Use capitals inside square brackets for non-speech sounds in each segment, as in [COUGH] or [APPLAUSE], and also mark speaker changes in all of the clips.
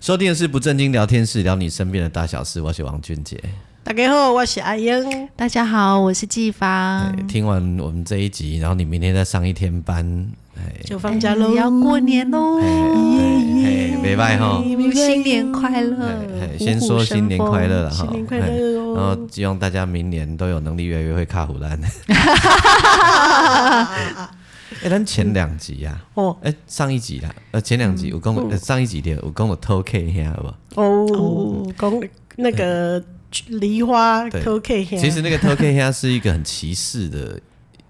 Speaker 1: 收听的是不正经聊天室，聊你身边的大小事。我是王俊杰。
Speaker 2: 大家好，我是阿英。
Speaker 3: 大家好，我是季芳。
Speaker 1: 哎听完我们这一集，然后你明天再上一天班，哎，
Speaker 2: 就放假喽
Speaker 3: 哎，要过年喽，
Speaker 2: 嗯
Speaker 1: 哎，哎没拜哈。
Speaker 3: 新年快
Speaker 1: 哎
Speaker 3: 乐！
Speaker 1: 哎先说新年快乐了哈，
Speaker 2: 新年快乐
Speaker 1: 哎然
Speaker 2: 哦！
Speaker 1: 后希望大家明年都有能力越来越会卡胡
Speaker 2: [LAUGHS]
Speaker 1: 兰。哎，咱前两集呀、啊，
Speaker 2: 哦嗯
Speaker 1: 哎，上一集啦，呃，前两集我跟我、呃上一集的我跟我偷 K 一下好不好？
Speaker 2: 哦，公那个梨花
Speaker 1: 哎对
Speaker 2: o K，
Speaker 3: 啊
Speaker 1: 其实那个偷 K 一下是一个很歧视的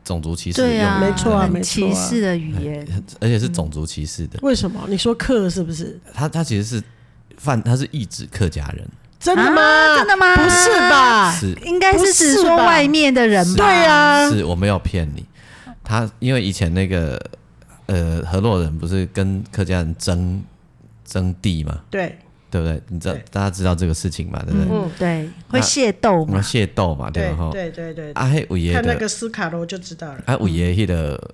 Speaker 1: 种族歧视的
Speaker 3: 对
Speaker 1: 用
Speaker 3: 啊，
Speaker 1: 语，
Speaker 2: 没错啊
Speaker 3: 很
Speaker 2: 没错啊
Speaker 3: 歧视的语言，
Speaker 1: 而且是种族歧视的。
Speaker 2: 为什么？你说客是不是？
Speaker 1: 他他其实是犯，他是意指客家人，
Speaker 2: 真的吗？
Speaker 3: 啊真的吗
Speaker 2: 不是吧？
Speaker 1: 是啊
Speaker 3: 应该是指
Speaker 2: 不是
Speaker 3: 说
Speaker 2: 吧啊
Speaker 3: 外面的人吧？啊
Speaker 2: 对呀，
Speaker 1: 是我没有骗你。他因为以前那个呃河洛人不是跟客家人争争地嘛，
Speaker 2: 对，
Speaker 1: 对不对？你知道
Speaker 2: 对
Speaker 1: 大家知道这个事情嘛，对不对？
Speaker 3: 嗯，对，会械斗
Speaker 1: 我们
Speaker 3: 嘛？
Speaker 1: 械斗嘛，对
Speaker 2: 对
Speaker 1: 吧？哈，
Speaker 2: 对对对，
Speaker 1: 啊，嘿，五爷
Speaker 2: 看那
Speaker 1: 的，
Speaker 2: 个斯卡罗就知道了。
Speaker 1: 啊，五爷迄个，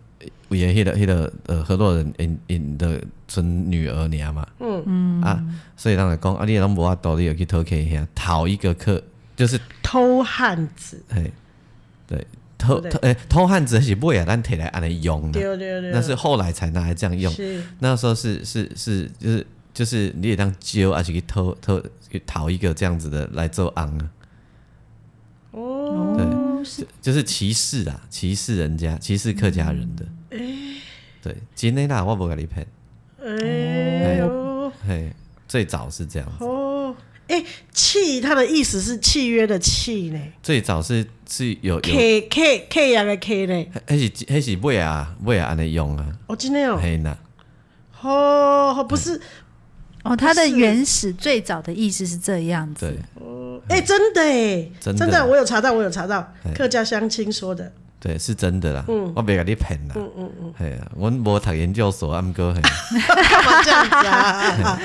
Speaker 1: 五爷迄个迄个呃河洛人因因的纯女儿娘嘛，
Speaker 2: 嗯
Speaker 1: 嗯啊，所以让人讲啊，你也拢无法度，你有去偷看一下，讨一个客就是
Speaker 2: 偷汉子，
Speaker 1: 嘿，对，偷
Speaker 2: 对
Speaker 1: 偷诶、偷汉子是不也啊咱摕来安尼用的，
Speaker 2: 对啊对对，
Speaker 1: 嗯那是后来才拿来这样用。
Speaker 2: 是
Speaker 1: 那时候是是是就是就是你也当揪，而且去偷偷去讨一个这样子的来做昂啊，
Speaker 2: 哦，
Speaker 1: 对，就就是歧视啊，歧视人家，歧视客家人的。对，今天啦，我不跟你骗，
Speaker 2: 哎呦
Speaker 1: 嘿，最早是这样子，
Speaker 2: 哦，哎，契它的意思是契约的契呢
Speaker 1: 最早是是有有，
Speaker 2: ，K K K 呀个 K 呢，
Speaker 1: 还是还是尾啊尾啊安尼用啊，
Speaker 2: 哦，真的哦，
Speaker 1: 嘿呐，
Speaker 2: 哦，不是，
Speaker 3: 哦，它的
Speaker 2: 不是
Speaker 3: 原始最早的意思是这样子
Speaker 1: 对。，
Speaker 2: 哎，真的哎，
Speaker 1: 真的
Speaker 2: 真的，我有查到，我有查到
Speaker 1: 哎
Speaker 2: 客家相亲说的， [LAUGHS]
Speaker 1: 对，是真的啦，我袂甲你骗啦，嗯嗯嗯，系啊，阮无读研究所，啊毋过嘿，
Speaker 2: 干嘛这样子啊？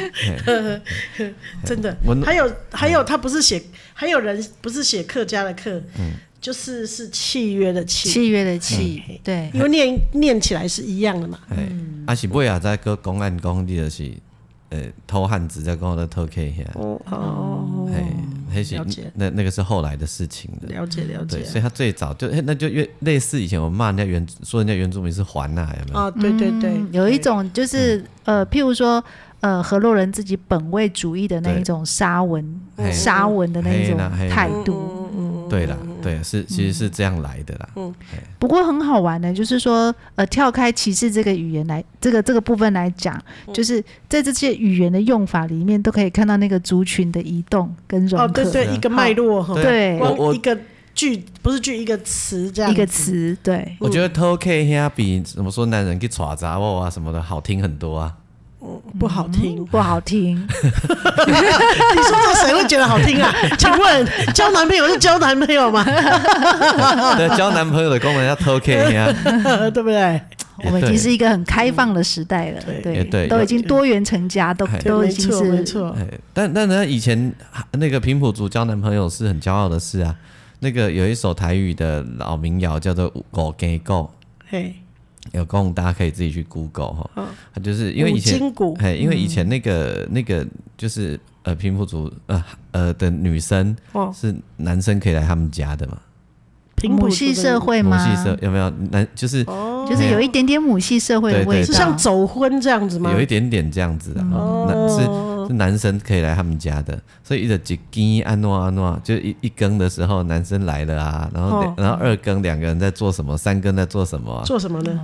Speaker 2: [LAUGHS] 真的
Speaker 1: 我，嗯
Speaker 2: 还有还有，他不是写，还有人不是写客家的客，
Speaker 1: 嗯
Speaker 2: 就是是契约的契，
Speaker 3: 契约的
Speaker 1: 嗯
Speaker 3: 契，对，
Speaker 2: 因为念念起来是一样的嘛。
Speaker 1: 嘿，啊是尾啊，再搁公安讲你就是，呃，偷汉子再讲咧偷客遐，
Speaker 2: 哦哦，
Speaker 1: 嘿，
Speaker 2: 了
Speaker 1: 迄是
Speaker 2: 解
Speaker 1: 那那个是后来的事情了。
Speaker 2: 了解了
Speaker 1: 对，
Speaker 2: 解。
Speaker 1: 所以他最早就嘿那就越类似以前我们骂人家原说人家原住民是环呐、有没有？
Speaker 2: 啊，对对对
Speaker 3: 嗯，有一种就是
Speaker 1: 嗯
Speaker 3: 呃，譬如说呃，河洛人自己本位主义的那一
Speaker 1: 对
Speaker 3: 种沙文
Speaker 1: 嘿
Speaker 3: 沙文的那一
Speaker 1: 嘿
Speaker 3: 种
Speaker 1: 啦嘿啦
Speaker 3: 态
Speaker 1: 嗯
Speaker 3: 度，
Speaker 1: 对啦，对，是
Speaker 2: 嗯
Speaker 1: 其实是这样来的啦。嗯，
Speaker 3: 不过很好玩的，就是说，呃，跳开歧视这个语言来，这个这个部分来讲，
Speaker 1: 嗯
Speaker 3: 就是在这些语言的用法里面，都可以看到那个族群的移动跟融合。
Speaker 2: 哦，对对，
Speaker 1: 对啊
Speaker 2: 一个脉络哈，
Speaker 3: 对
Speaker 1: 我
Speaker 2: 光
Speaker 1: 我
Speaker 2: 一个句不是句，一个词这样
Speaker 3: 一
Speaker 2: 子，
Speaker 3: 个词，对，
Speaker 1: 我觉得偷客遐比怎么说男人去耍杂货啊什么的好听很多
Speaker 2: [LAUGHS]
Speaker 1: 啊。
Speaker 2: 嗯不好听。
Speaker 3: 不好听。
Speaker 2: [LAUGHS] 你说这谁会觉得好听
Speaker 1: [LAUGHS]
Speaker 2: 啊？请问交男朋友是交男朋友吗？
Speaker 1: 对，交男朋友的功能要偷客遐。
Speaker 2: 对不对？
Speaker 1: [LAUGHS] 也
Speaker 3: 我们已
Speaker 1: 对嗯
Speaker 3: 经是一个很开放的时代了，
Speaker 2: 对
Speaker 1: 也对
Speaker 3: 都已经多元成家，都
Speaker 1: 嘿
Speaker 3: 都
Speaker 2: 没
Speaker 3: 已经
Speaker 2: 错没
Speaker 3: 是
Speaker 2: 错，
Speaker 1: 哎，但但呢，以前那个平埔族交男朋友是很骄傲的事啊。那个有一首台语的老民谣叫做《五更狗
Speaker 2: 嘿，》，
Speaker 1: 有空大家可以自己去 Google 哈。它就是因为以
Speaker 2: 五
Speaker 1: 前，
Speaker 2: 筋骨
Speaker 1: 哎，因为以前那个、那个就是呃平埔族呃呃的女生
Speaker 2: 哦，
Speaker 1: 是男生可以来他们家的嘛，
Speaker 2: 平
Speaker 3: 母
Speaker 2: 埔
Speaker 3: 系
Speaker 2: 族的
Speaker 3: 社会
Speaker 1: 母
Speaker 3: 吗？
Speaker 1: 系社有没有？男就是
Speaker 3: 就是有一点点母系社会的
Speaker 1: 对对
Speaker 3: 味道，
Speaker 2: 是像走婚这样子吗？
Speaker 1: 有一点点这样子的，
Speaker 3: 嗯
Speaker 1: 哦那是是男生可以来他们家的，所以一直几啊斤安诺安诺，就一一更的时候男生来了啊，然后、
Speaker 2: 哦
Speaker 1: 然后二更两个人在做什么，三更在做什么、啊，
Speaker 2: 做什么呢？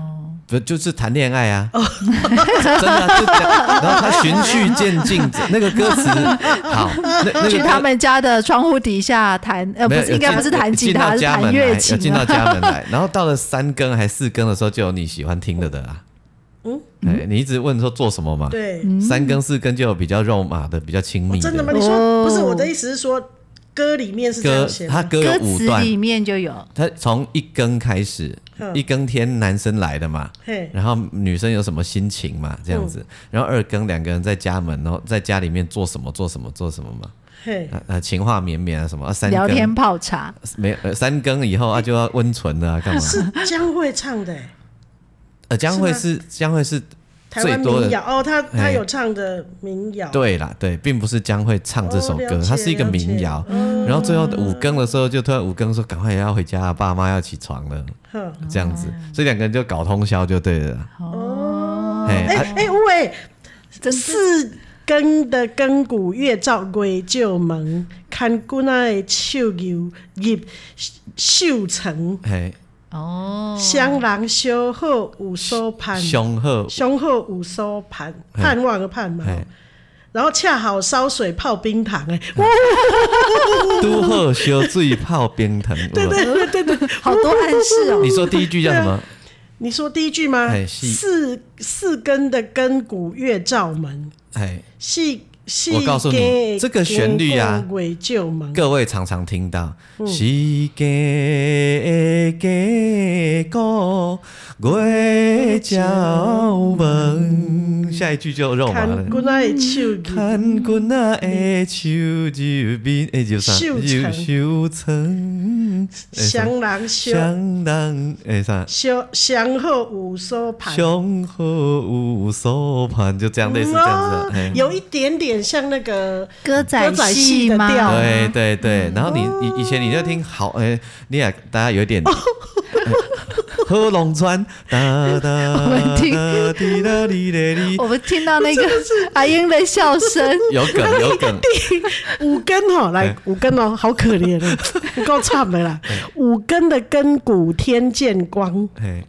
Speaker 1: 不就是谈恋爱啊？
Speaker 3: 哦
Speaker 1: [LAUGHS] 真的啊、就讲，然后他循序渐进，那个歌
Speaker 3: [LAUGHS]
Speaker 1: 词好，那那个
Speaker 3: 去
Speaker 1: 歌
Speaker 3: 他们家的窗户底下弹，呃，不
Speaker 1: 没有
Speaker 3: 是，应该不是弹吉
Speaker 1: 有
Speaker 3: 他，是
Speaker 1: 进到家
Speaker 3: 弹
Speaker 1: 门来
Speaker 3: 乐
Speaker 1: 有
Speaker 3: 器
Speaker 1: 进到家门来，然后到了三更还四更的时候，就有你喜欢听的的啊。
Speaker 3: 嗯
Speaker 1: 哎，你一直问说做什么嘛？
Speaker 2: 对，
Speaker 1: 三更四更就有比较肉麻的，比较亲密
Speaker 2: 哦真的吗？
Speaker 1: 的。
Speaker 2: 你说
Speaker 3: 哦
Speaker 2: 不是我的意思是说，歌里面是这
Speaker 1: 歌
Speaker 2: 样写，
Speaker 1: 他
Speaker 2: 的，
Speaker 1: 歌有
Speaker 3: 歌
Speaker 1: 五
Speaker 3: 词
Speaker 1: 段，
Speaker 3: 里面就有，
Speaker 1: 他从一更开始，
Speaker 2: 嗯
Speaker 1: 一更天男生来的嘛，
Speaker 2: 嘿，
Speaker 1: 然后女生有什么心情嘛，这样子，
Speaker 2: 嗯
Speaker 1: 然后二更两个人在家门，然后在家里面做什么做什么做什么嘛，
Speaker 2: 嘿，
Speaker 1: 呃呃情话绵绵啊什么，啊、三
Speaker 3: 聊天
Speaker 1: 更
Speaker 3: 泡茶，
Speaker 1: 没有、呃、三更以后啊就要温存了啊干嘛？
Speaker 2: 是江蕙唱的欸，
Speaker 1: 呃将会是将会是
Speaker 2: 台湾
Speaker 1: [LAUGHS] 最多的
Speaker 2: 民谣哦，他他
Speaker 1: 嘿
Speaker 2: 有唱的民谣，
Speaker 1: 对啦对，并不是将会唱这首
Speaker 2: 哦
Speaker 1: 歌，
Speaker 2: 了解
Speaker 1: 它是一个民谣
Speaker 2: 了。解嗯
Speaker 1: 然后最后五更的时候，就突然五更说赶快要回家啊，爸妈要起床了，
Speaker 2: 哼
Speaker 1: 这样子，所以两个人就搞通宵就对了啦。
Speaker 2: 哦，
Speaker 1: 嘿
Speaker 2: 哎
Speaker 1: 啊
Speaker 2: 哎喂，
Speaker 3: 真是
Speaker 2: 四更的更鼓月照归旧门，看姑奈秋游入秀城，
Speaker 1: 嘿，
Speaker 2: [LAUGHS]
Speaker 3: 哦，
Speaker 2: 乡人修好有所盼，
Speaker 1: 雄鹤，
Speaker 2: 雄厚有所盼，
Speaker 1: 嘿
Speaker 2: 盼望的盼嘛。
Speaker 1: 嘿，
Speaker 2: 然后恰好烧水泡冰糖、哎，
Speaker 1: 都鹤修醉泡冰
Speaker 2: [LAUGHS]
Speaker 1: 藤。对对，
Speaker 3: 好多暗示哦
Speaker 1: 你，说第一句叫什
Speaker 2: 啊
Speaker 1: 么？
Speaker 2: 你说第一句吗
Speaker 1: 嘿？是
Speaker 2: 四四根的根骨月照门，
Speaker 1: 嘿，
Speaker 2: 细细
Speaker 1: 我告诉你这个旋律啊
Speaker 2: 鬼旧门，
Speaker 1: 各位常常听到
Speaker 2: 嗯
Speaker 1: “是给给过月照门”，下一句就肉麻了
Speaker 2: 看。滚来秋
Speaker 1: 看阮那的手入面，哎，就啥？
Speaker 2: 绣
Speaker 1: 就
Speaker 2: 成
Speaker 1: 绣成哎
Speaker 2: 乡人修
Speaker 1: 双人，哎啥？
Speaker 2: 修相好有所盼。
Speaker 1: 相好有所盼，就这样类似这样子的。哎
Speaker 2: 嗯哦
Speaker 1: 嘿
Speaker 2: 有一点点像那个
Speaker 3: 歌仔
Speaker 2: 歌仔戏
Speaker 3: 戏
Speaker 2: 的
Speaker 3: 吗？
Speaker 2: 调啊
Speaker 1: 对对对，然后你以以前你就听好，哎，你也大家有一点。
Speaker 2: 哦
Speaker 1: [LAUGHS] 哎喝龙川，哒哒，
Speaker 3: 我们听
Speaker 1: 哒滴哒滴嘞哩
Speaker 3: 我，们听到
Speaker 2: [LAUGHS]
Speaker 3: 那个阿英的笑声，
Speaker 1: 有梗有梗，
Speaker 2: 五根哦，来
Speaker 1: 哎
Speaker 2: 五根哦，好可怜哦，
Speaker 1: [LAUGHS]
Speaker 2: 不够惨的啦。五根的根骨天见光，
Speaker 1: 嘿，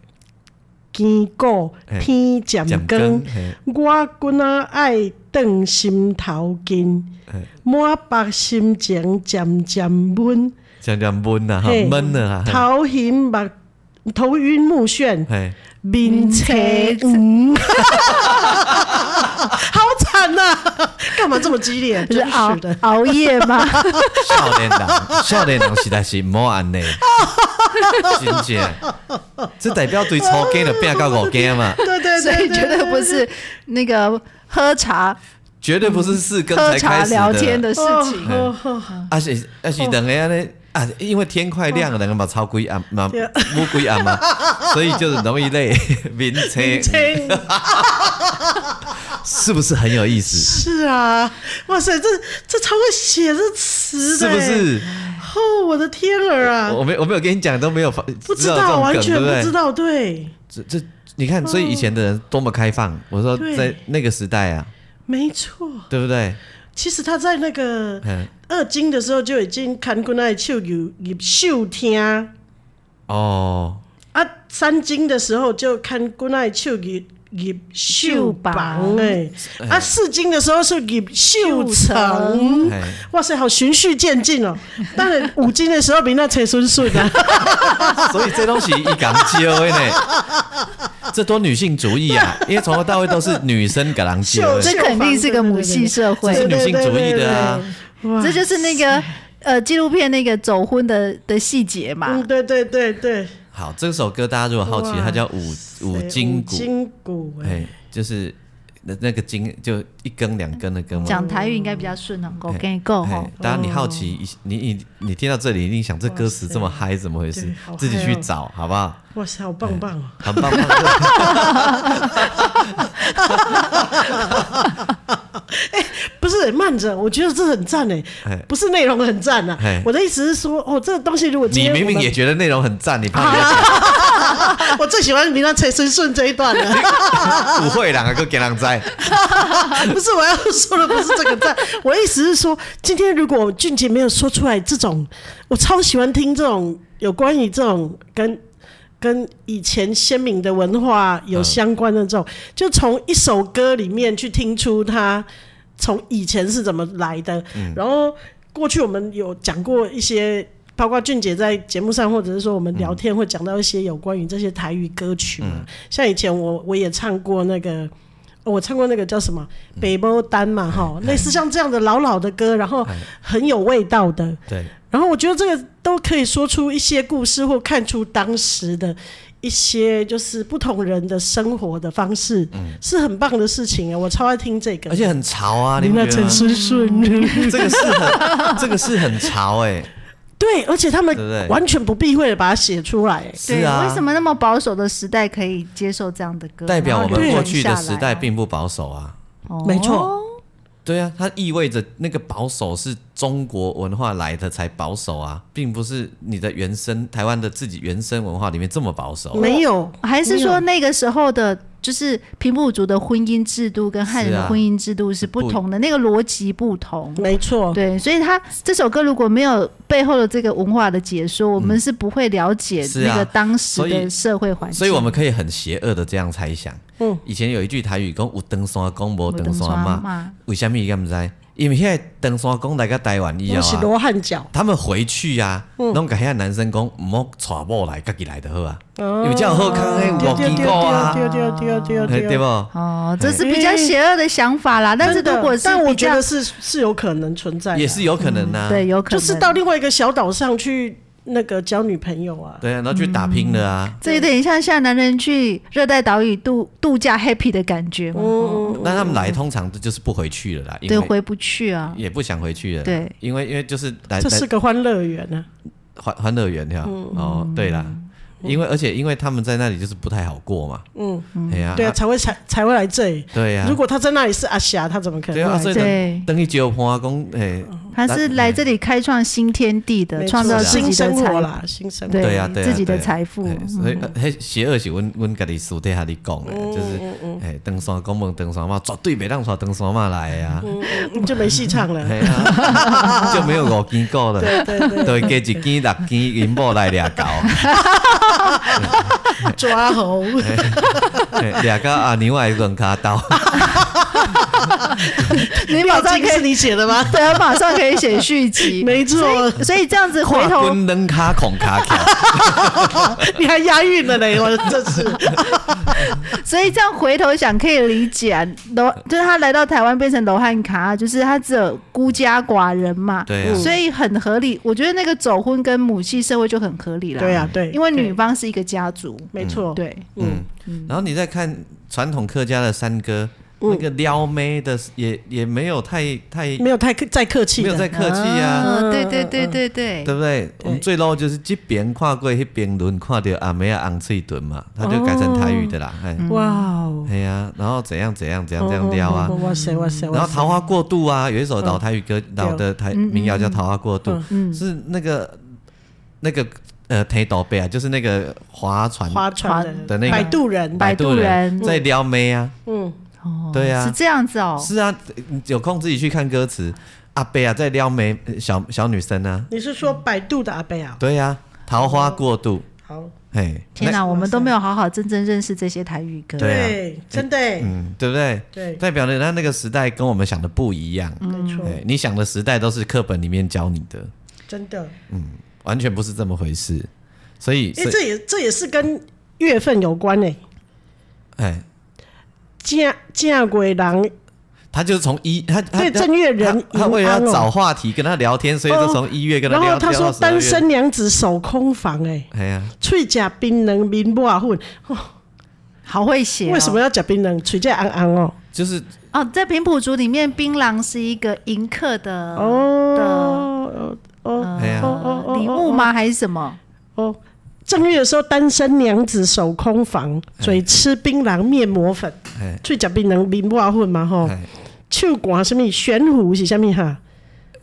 Speaker 2: 见果
Speaker 1: 哎
Speaker 2: 天渐
Speaker 1: 讲
Speaker 2: 光
Speaker 1: 梗，。嘿，
Speaker 2: 我今仔爱转心头筋，
Speaker 1: 嘿
Speaker 2: 满腹心情渐渐闷，
Speaker 1: 讲讲闷呐，哈
Speaker 2: 嘿
Speaker 1: 闷了啊，嘿
Speaker 2: 头晕目头晕目眩，
Speaker 1: 嘿。
Speaker 2: 面青黄。
Speaker 3: [LAUGHS]
Speaker 2: 好惨呐、干嘛这么激
Speaker 3: [LAUGHS]
Speaker 2: 烈？
Speaker 3: 是啊
Speaker 2: 真
Speaker 3: 熬
Speaker 2: 是的，
Speaker 3: 熬夜吗？
Speaker 1: 少年人，少年人实在是莫安尼，真正，这代表对初见就变到五见嘛，
Speaker 2: 对 [LAUGHS] 对
Speaker 3: 所
Speaker 2: 对
Speaker 3: 以
Speaker 2: 对，
Speaker 3: 绝对不是那个喝茶、
Speaker 1: 绝对不是四更
Speaker 3: 喝
Speaker 1: 才
Speaker 3: 茶
Speaker 1: 开始
Speaker 3: 聊天
Speaker 1: 的，
Speaker 3: 的事情。
Speaker 2: 哦哦
Speaker 1: 啊是啊是两个安尼啊，因为天快亮了，两个嘛超几暗嘛
Speaker 2: 对
Speaker 1: 摸几
Speaker 2: [LAUGHS]
Speaker 1: 暗嘛，所以就是容易累，晕车，
Speaker 2: 青
Speaker 1: 是不是很有意思？
Speaker 2: 是啊，哇塞，这这超会写这词
Speaker 1: 是
Speaker 2: 的，欸
Speaker 1: 不？是？
Speaker 2: 哦，我的天儿啊！
Speaker 1: 我没我没有跟你讲，都没有发
Speaker 2: 不知
Speaker 1: 道这
Speaker 2: 道，
Speaker 1: 种
Speaker 2: 完
Speaker 1: 梗
Speaker 2: 全
Speaker 1: 对不
Speaker 2: 不
Speaker 1: 对
Speaker 2: 知道，对，
Speaker 1: 这这你看，所以以前的人多么开放。我说
Speaker 2: 对
Speaker 1: 在那个时代啊，
Speaker 2: 没错。
Speaker 1: 对不对？
Speaker 2: 其实他在那个
Speaker 1: 嗯，
Speaker 2: 二经的时候就已经看过那秀有有秀听啊，
Speaker 1: 哦，
Speaker 2: 三经的时候就看过那秀有入秀榜哎，啊四经的时候是入秀成，
Speaker 1: 哎，
Speaker 2: 哇塞，好循序渐进 [LAUGHS] 哦。当然五经的时候比那才顺顺啊，
Speaker 1: 所以这东西一港揪的呢，这多女性主义啊！因为从头到尾都 [LAUGHS] 是女生给
Speaker 2: [LAUGHS]
Speaker 1: 人揪
Speaker 2: 秀
Speaker 1: 的，
Speaker 3: 这肯定是个母系社会
Speaker 1: 这，是女性主义的啊！
Speaker 2: 哇
Speaker 3: 这就是那个呃纪录片那个走婚的的细节嘛
Speaker 2: 嗯。对对对对，
Speaker 1: 好，这首歌大家如果好奇，
Speaker 2: 哇
Speaker 1: 它叫五五
Speaker 2: 金
Speaker 1: 筋骨，
Speaker 2: 筋骨哎
Speaker 1: 哎，，就是那那个筋就一根两根的根嘛。
Speaker 3: 讲台语应该比较顺哦，我
Speaker 1: 哎
Speaker 3: 跟你够
Speaker 1: 哎
Speaker 3: 吼。
Speaker 1: 当然你好奇，你你你听到这里一定想这歌词这么嗨，怎么回
Speaker 2: 对
Speaker 1: 事
Speaker 2: 好嗨？哦
Speaker 1: 自己去找好不好？
Speaker 2: 哇塞，好棒棒哦！
Speaker 1: 很棒棒的，
Speaker 2: 不是慢着，我觉得这很赞哎
Speaker 1: 哎，
Speaker 2: 不是内容很赞呐
Speaker 1: 哎。
Speaker 2: 我的意思是说，哦，这个东西如果今
Speaker 1: 你
Speaker 2: 天
Speaker 1: 明明
Speaker 2: 我们
Speaker 1: 也觉得内容很赞，你怕人家
Speaker 2: 我最喜欢你那陈顺顺这一段
Speaker 1: [LAUGHS]
Speaker 2: 了。
Speaker 1: 误会人啊，个给人在。
Speaker 2: [LAUGHS] 不是我要说的，不是这个赞。我的意思是说，今天如果俊杰没有说出来这种，我超喜欢听这种有关于这种跟。跟以前鲜明的文化有相关的这种，就从一首歌里面去听出它从以前是怎么来的。然后过去我们有讲过一些包括俊杰在节目上，或者是说我们聊天会讲到一些有关于这些台语歌曲嘛。像以前我我也唱过那个，哦我唱过那个叫什么
Speaker 1: 嗯
Speaker 2: 《北波丹》嘛，哈，类似像这样的老老的歌，然后
Speaker 1: 哎
Speaker 2: 很有味道的。
Speaker 1: 对，
Speaker 2: 然后我觉得这个都可以说出一些故事，或看出当时的一些就是不同人的生活的方式，
Speaker 1: 嗯
Speaker 2: 是很棒的事情啊！我超爱听这个
Speaker 1: 而。且很潮啊，你不
Speaker 2: 那
Speaker 1: 觉得
Speaker 2: 陈
Speaker 1: 吗？
Speaker 2: 思顺，
Speaker 1: 这个是很，这个是很潮哎、
Speaker 2: 对，而且他们
Speaker 1: 对不对
Speaker 2: 完全不避讳的把它写出来。
Speaker 1: 是
Speaker 3: 对，
Speaker 1: 啊，
Speaker 3: 为什么那么保守的时代可以接受这样的歌？
Speaker 1: 代表我
Speaker 3: 然后
Speaker 1: 们
Speaker 3: 留
Speaker 1: 过
Speaker 3: 存
Speaker 1: 去的
Speaker 3: 下来啊
Speaker 1: 时代并不保守啊？
Speaker 3: 哦
Speaker 2: 没错，
Speaker 1: 对啊，它意味着那个保守是中国文化来的才保守啊，并不是你的原生台湾的自己原生文化里面这么保守啊、
Speaker 2: 没有，
Speaker 3: 还是
Speaker 2: 没有
Speaker 3: 说那个时候的，就是平埔族的婚姻制度跟汉人
Speaker 1: 是
Speaker 3: 的
Speaker 1: 啊
Speaker 3: 婚姻制度是不
Speaker 1: 不
Speaker 3: 同的，那个逻辑不同。
Speaker 2: 没错，
Speaker 3: 对，所以他这首歌如果没有背后的这个文化的解说，我们是不会了解
Speaker 1: 嗯是啊
Speaker 3: 那个当时
Speaker 1: 所以
Speaker 3: 的社会环境。
Speaker 1: 所以我们可以很邪恶的这样猜想。
Speaker 2: 嗯
Speaker 1: 以前有一句台语讲“有登山公无
Speaker 3: 我
Speaker 1: 登山
Speaker 3: 妈
Speaker 1: 嘛”，哎
Speaker 3: 妈
Speaker 1: 为什么你敢不知？因为现在登山公来个台湾以
Speaker 2: 我
Speaker 1: 后
Speaker 2: 是
Speaker 1: 啊，
Speaker 2: 罗汉脚。
Speaker 1: 他们回去呀、啊，拢甲遐男生讲，唔好娶某来，家己来就好啊，
Speaker 2: 哦
Speaker 1: 因为这样好康哎诶，
Speaker 2: 丢
Speaker 1: 我
Speaker 2: 丢
Speaker 1: 机
Speaker 2: 丢
Speaker 1: 构啊，
Speaker 2: 丢丢丢丢
Speaker 1: 嘿
Speaker 2: 丢
Speaker 1: 对
Speaker 2: 丢。
Speaker 1: 不？
Speaker 3: 哦，这是比较邪恶的想法啦。但是
Speaker 2: 真的
Speaker 3: 如果是
Speaker 2: 但我
Speaker 3: 比
Speaker 2: 觉
Speaker 3: 较
Speaker 2: 得是是有可能存在的，
Speaker 1: 也是有可能呐、啊。
Speaker 3: 对，有可
Speaker 2: 就
Speaker 3: 能
Speaker 2: 是到另外一个小岛上去那个交女朋友啊。
Speaker 1: 对啊，然后去打拼的啊。
Speaker 3: 这有点像像男人去热带岛屿度度假 happy 的感觉嘛，哦
Speaker 1: 那他们来通常就是不回去了啦，因
Speaker 3: 对，
Speaker 1: 为
Speaker 3: 回不去啊。
Speaker 1: 也不想回去了啦。
Speaker 3: 对
Speaker 1: 因为因为就是来
Speaker 2: 这是嗯
Speaker 1: 来
Speaker 2: 个欢乐园啊，
Speaker 1: 欢欢乐园呀。哦，对啦，因为而且因为他们在那里就是不太好过嘛。嗯，哎呀，
Speaker 2: 对啊，才会才才会来这里。
Speaker 1: 对呀
Speaker 2: 如。果他在那里是阿霞，他怎么可
Speaker 1: 对
Speaker 2: 能
Speaker 1: 啊，
Speaker 2: 会
Speaker 1: 所
Speaker 2: 来？
Speaker 1: 以
Speaker 3: 对
Speaker 1: 等等于九婆阿公，哎，
Speaker 2: 嗯
Speaker 3: 他是来这里开创新天地的，
Speaker 2: 没错
Speaker 3: 创造自
Speaker 2: 啊新
Speaker 3: 己的
Speaker 2: 生活
Speaker 3: 财，
Speaker 2: 啦，新生活。
Speaker 1: 对啊对啊
Speaker 3: 自己的
Speaker 1: 对啊
Speaker 3: 财富。
Speaker 1: 嘿所
Speaker 2: 嗯
Speaker 1: 以呃迄邪恶是阮阮家己私底下咧讲诶，
Speaker 2: 嗯
Speaker 1: 就是诶登山公问登山嘛，绝对袂当带登山嘛来的啊，
Speaker 2: 嗯你就没戏唱
Speaker 1: [LAUGHS]
Speaker 2: 了。
Speaker 1: 嘿啊就没有五斤够了，
Speaker 2: 对对对，
Speaker 1: 对，加一斤六斤银某来掠狗，
Speaker 2: 抓猴，
Speaker 3: [LAUGHS]
Speaker 1: 嘿啊掠到阿牛爱两骹
Speaker 2: [LAUGHS]
Speaker 1: 刀，
Speaker 3: 你马
Speaker 2: 妙
Speaker 3: 上
Speaker 2: 境
Speaker 3: 可
Speaker 2: 是
Speaker 3: 以，
Speaker 2: 你写的吗？
Speaker 3: [LAUGHS] 对啊，马上可以写续 [LAUGHS] 集。
Speaker 2: 没错，
Speaker 3: 所以这样子回
Speaker 1: 跨
Speaker 3: 头，
Speaker 1: 滚两骹孔骹
Speaker 2: [LAUGHS]
Speaker 1: 翘，
Speaker 2: 你还押韵了嘞，我真
Speaker 1: [LAUGHS]
Speaker 2: 是。
Speaker 1: 嗯
Speaker 3: 所以这样回头想可以理解啊。楼就是他来到台湾变成罗汉卡，就是他只有孤家寡人嘛，
Speaker 1: 对啊，
Speaker 3: 所以很合理。我觉得那个走婚跟母系社会就很合理啦。
Speaker 2: 对啊，对，
Speaker 3: 因为女方是一个家族，
Speaker 2: 没错，
Speaker 3: 对，
Speaker 1: 嗯，然后你再看传统客家的山歌，那个撩妹的也也没有太太
Speaker 2: 嗯没有太客再客气
Speaker 1: 没有
Speaker 2: 的
Speaker 1: 再。客气啊。
Speaker 3: 嗯对对对对对，
Speaker 1: 对不对？我们最 low 就是这边跨过那边轮，看到阿妹啊红嘴唇嘛，他就改成台语的啦。哎、
Speaker 2: 哇哦，
Speaker 1: 哎呀，然后怎样怎样怎样这样撩啊。
Speaker 2: 哇塞哇塞
Speaker 1: 然
Speaker 2: 哇
Speaker 1: 后
Speaker 2: 塞！
Speaker 1: 桃花过渡啊，有一首老台语歌，老的台民谣叫《桃花过渡》，是那个那个呃，抬斗背啊，就是那个划船
Speaker 2: 划船
Speaker 1: 的那个
Speaker 2: 摆渡人，
Speaker 3: 摆渡人
Speaker 1: 在撩妹啊，
Speaker 2: 嗯，
Speaker 3: 哦
Speaker 1: 对啊
Speaker 3: 是这样子哦，
Speaker 1: 是啊，有空自己去看歌词。阿贝啊，在撩妹呃小小女生啊，
Speaker 2: 你是说摆渡的阿贝啊？
Speaker 1: 对啊呀、啊，桃花过渡，
Speaker 2: 好，
Speaker 1: 嘿，
Speaker 3: 天
Speaker 1: 那
Speaker 3: 哪，我们都没有好好真正认识这些台语歌，
Speaker 1: 对啊
Speaker 2: 对，真的欸，
Speaker 1: 嗯，对不对？
Speaker 2: 对，嗯
Speaker 1: 代表了他那个时代跟我们想的不一样。
Speaker 2: 没错，
Speaker 1: 对，你想的时代都是课本里面教你的，
Speaker 2: 真的。
Speaker 1: 完全不是这么回事。所以，
Speaker 2: 哎，
Speaker 1: 所以
Speaker 2: 这也这也是跟月份有关诶。
Speaker 1: 哎，
Speaker 2: 嫁嫁鬼郎，
Speaker 1: 他就是从一他他
Speaker 2: 对正月人
Speaker 1: 他他为了要
Speaker 2: 迎安哦
Speaker 1: 找话题跟他聊天，所以就从一月跟他
Speaker 2: 哦然
Speaker 1: 聊。
Speaker 2: 后他
Speaker 1: 聊
Speaker 2: 说
Speaker 1: 到
Speaker 2: 单
Speaker 1: 12月，
Speaker 2: 身娘子守空房，哎，
Speaker 1: 哎呀，
Speaker 2: 喙甲槟榔，面不啊混，
Speaker 3: 好会写哦。
Speaker 1: 啊
Speaker 2: 为什么要甲槟榔？嘴甲昂昂哦，
Speaker 1: 就是
Speaker 3: 哦，在平埔族里面，槟榔是一个迎客的呃
Speaker 2: 哦哦哦
Speaker 1: 啊哎呀，
Speaker 2: 哦哦
Speaker 3: 礼物吗？还是什么？
Speaker 2: 哦。正月的时候，单身娘子守空房，嘴吃槟榔面膜粉，
Speaker 1: 哎
Speaker 2: 喙甲槟榔面不啊混嘛吼，
Speaker 1: 哎
Speaker 2: 手管什么玄壶是什么哈？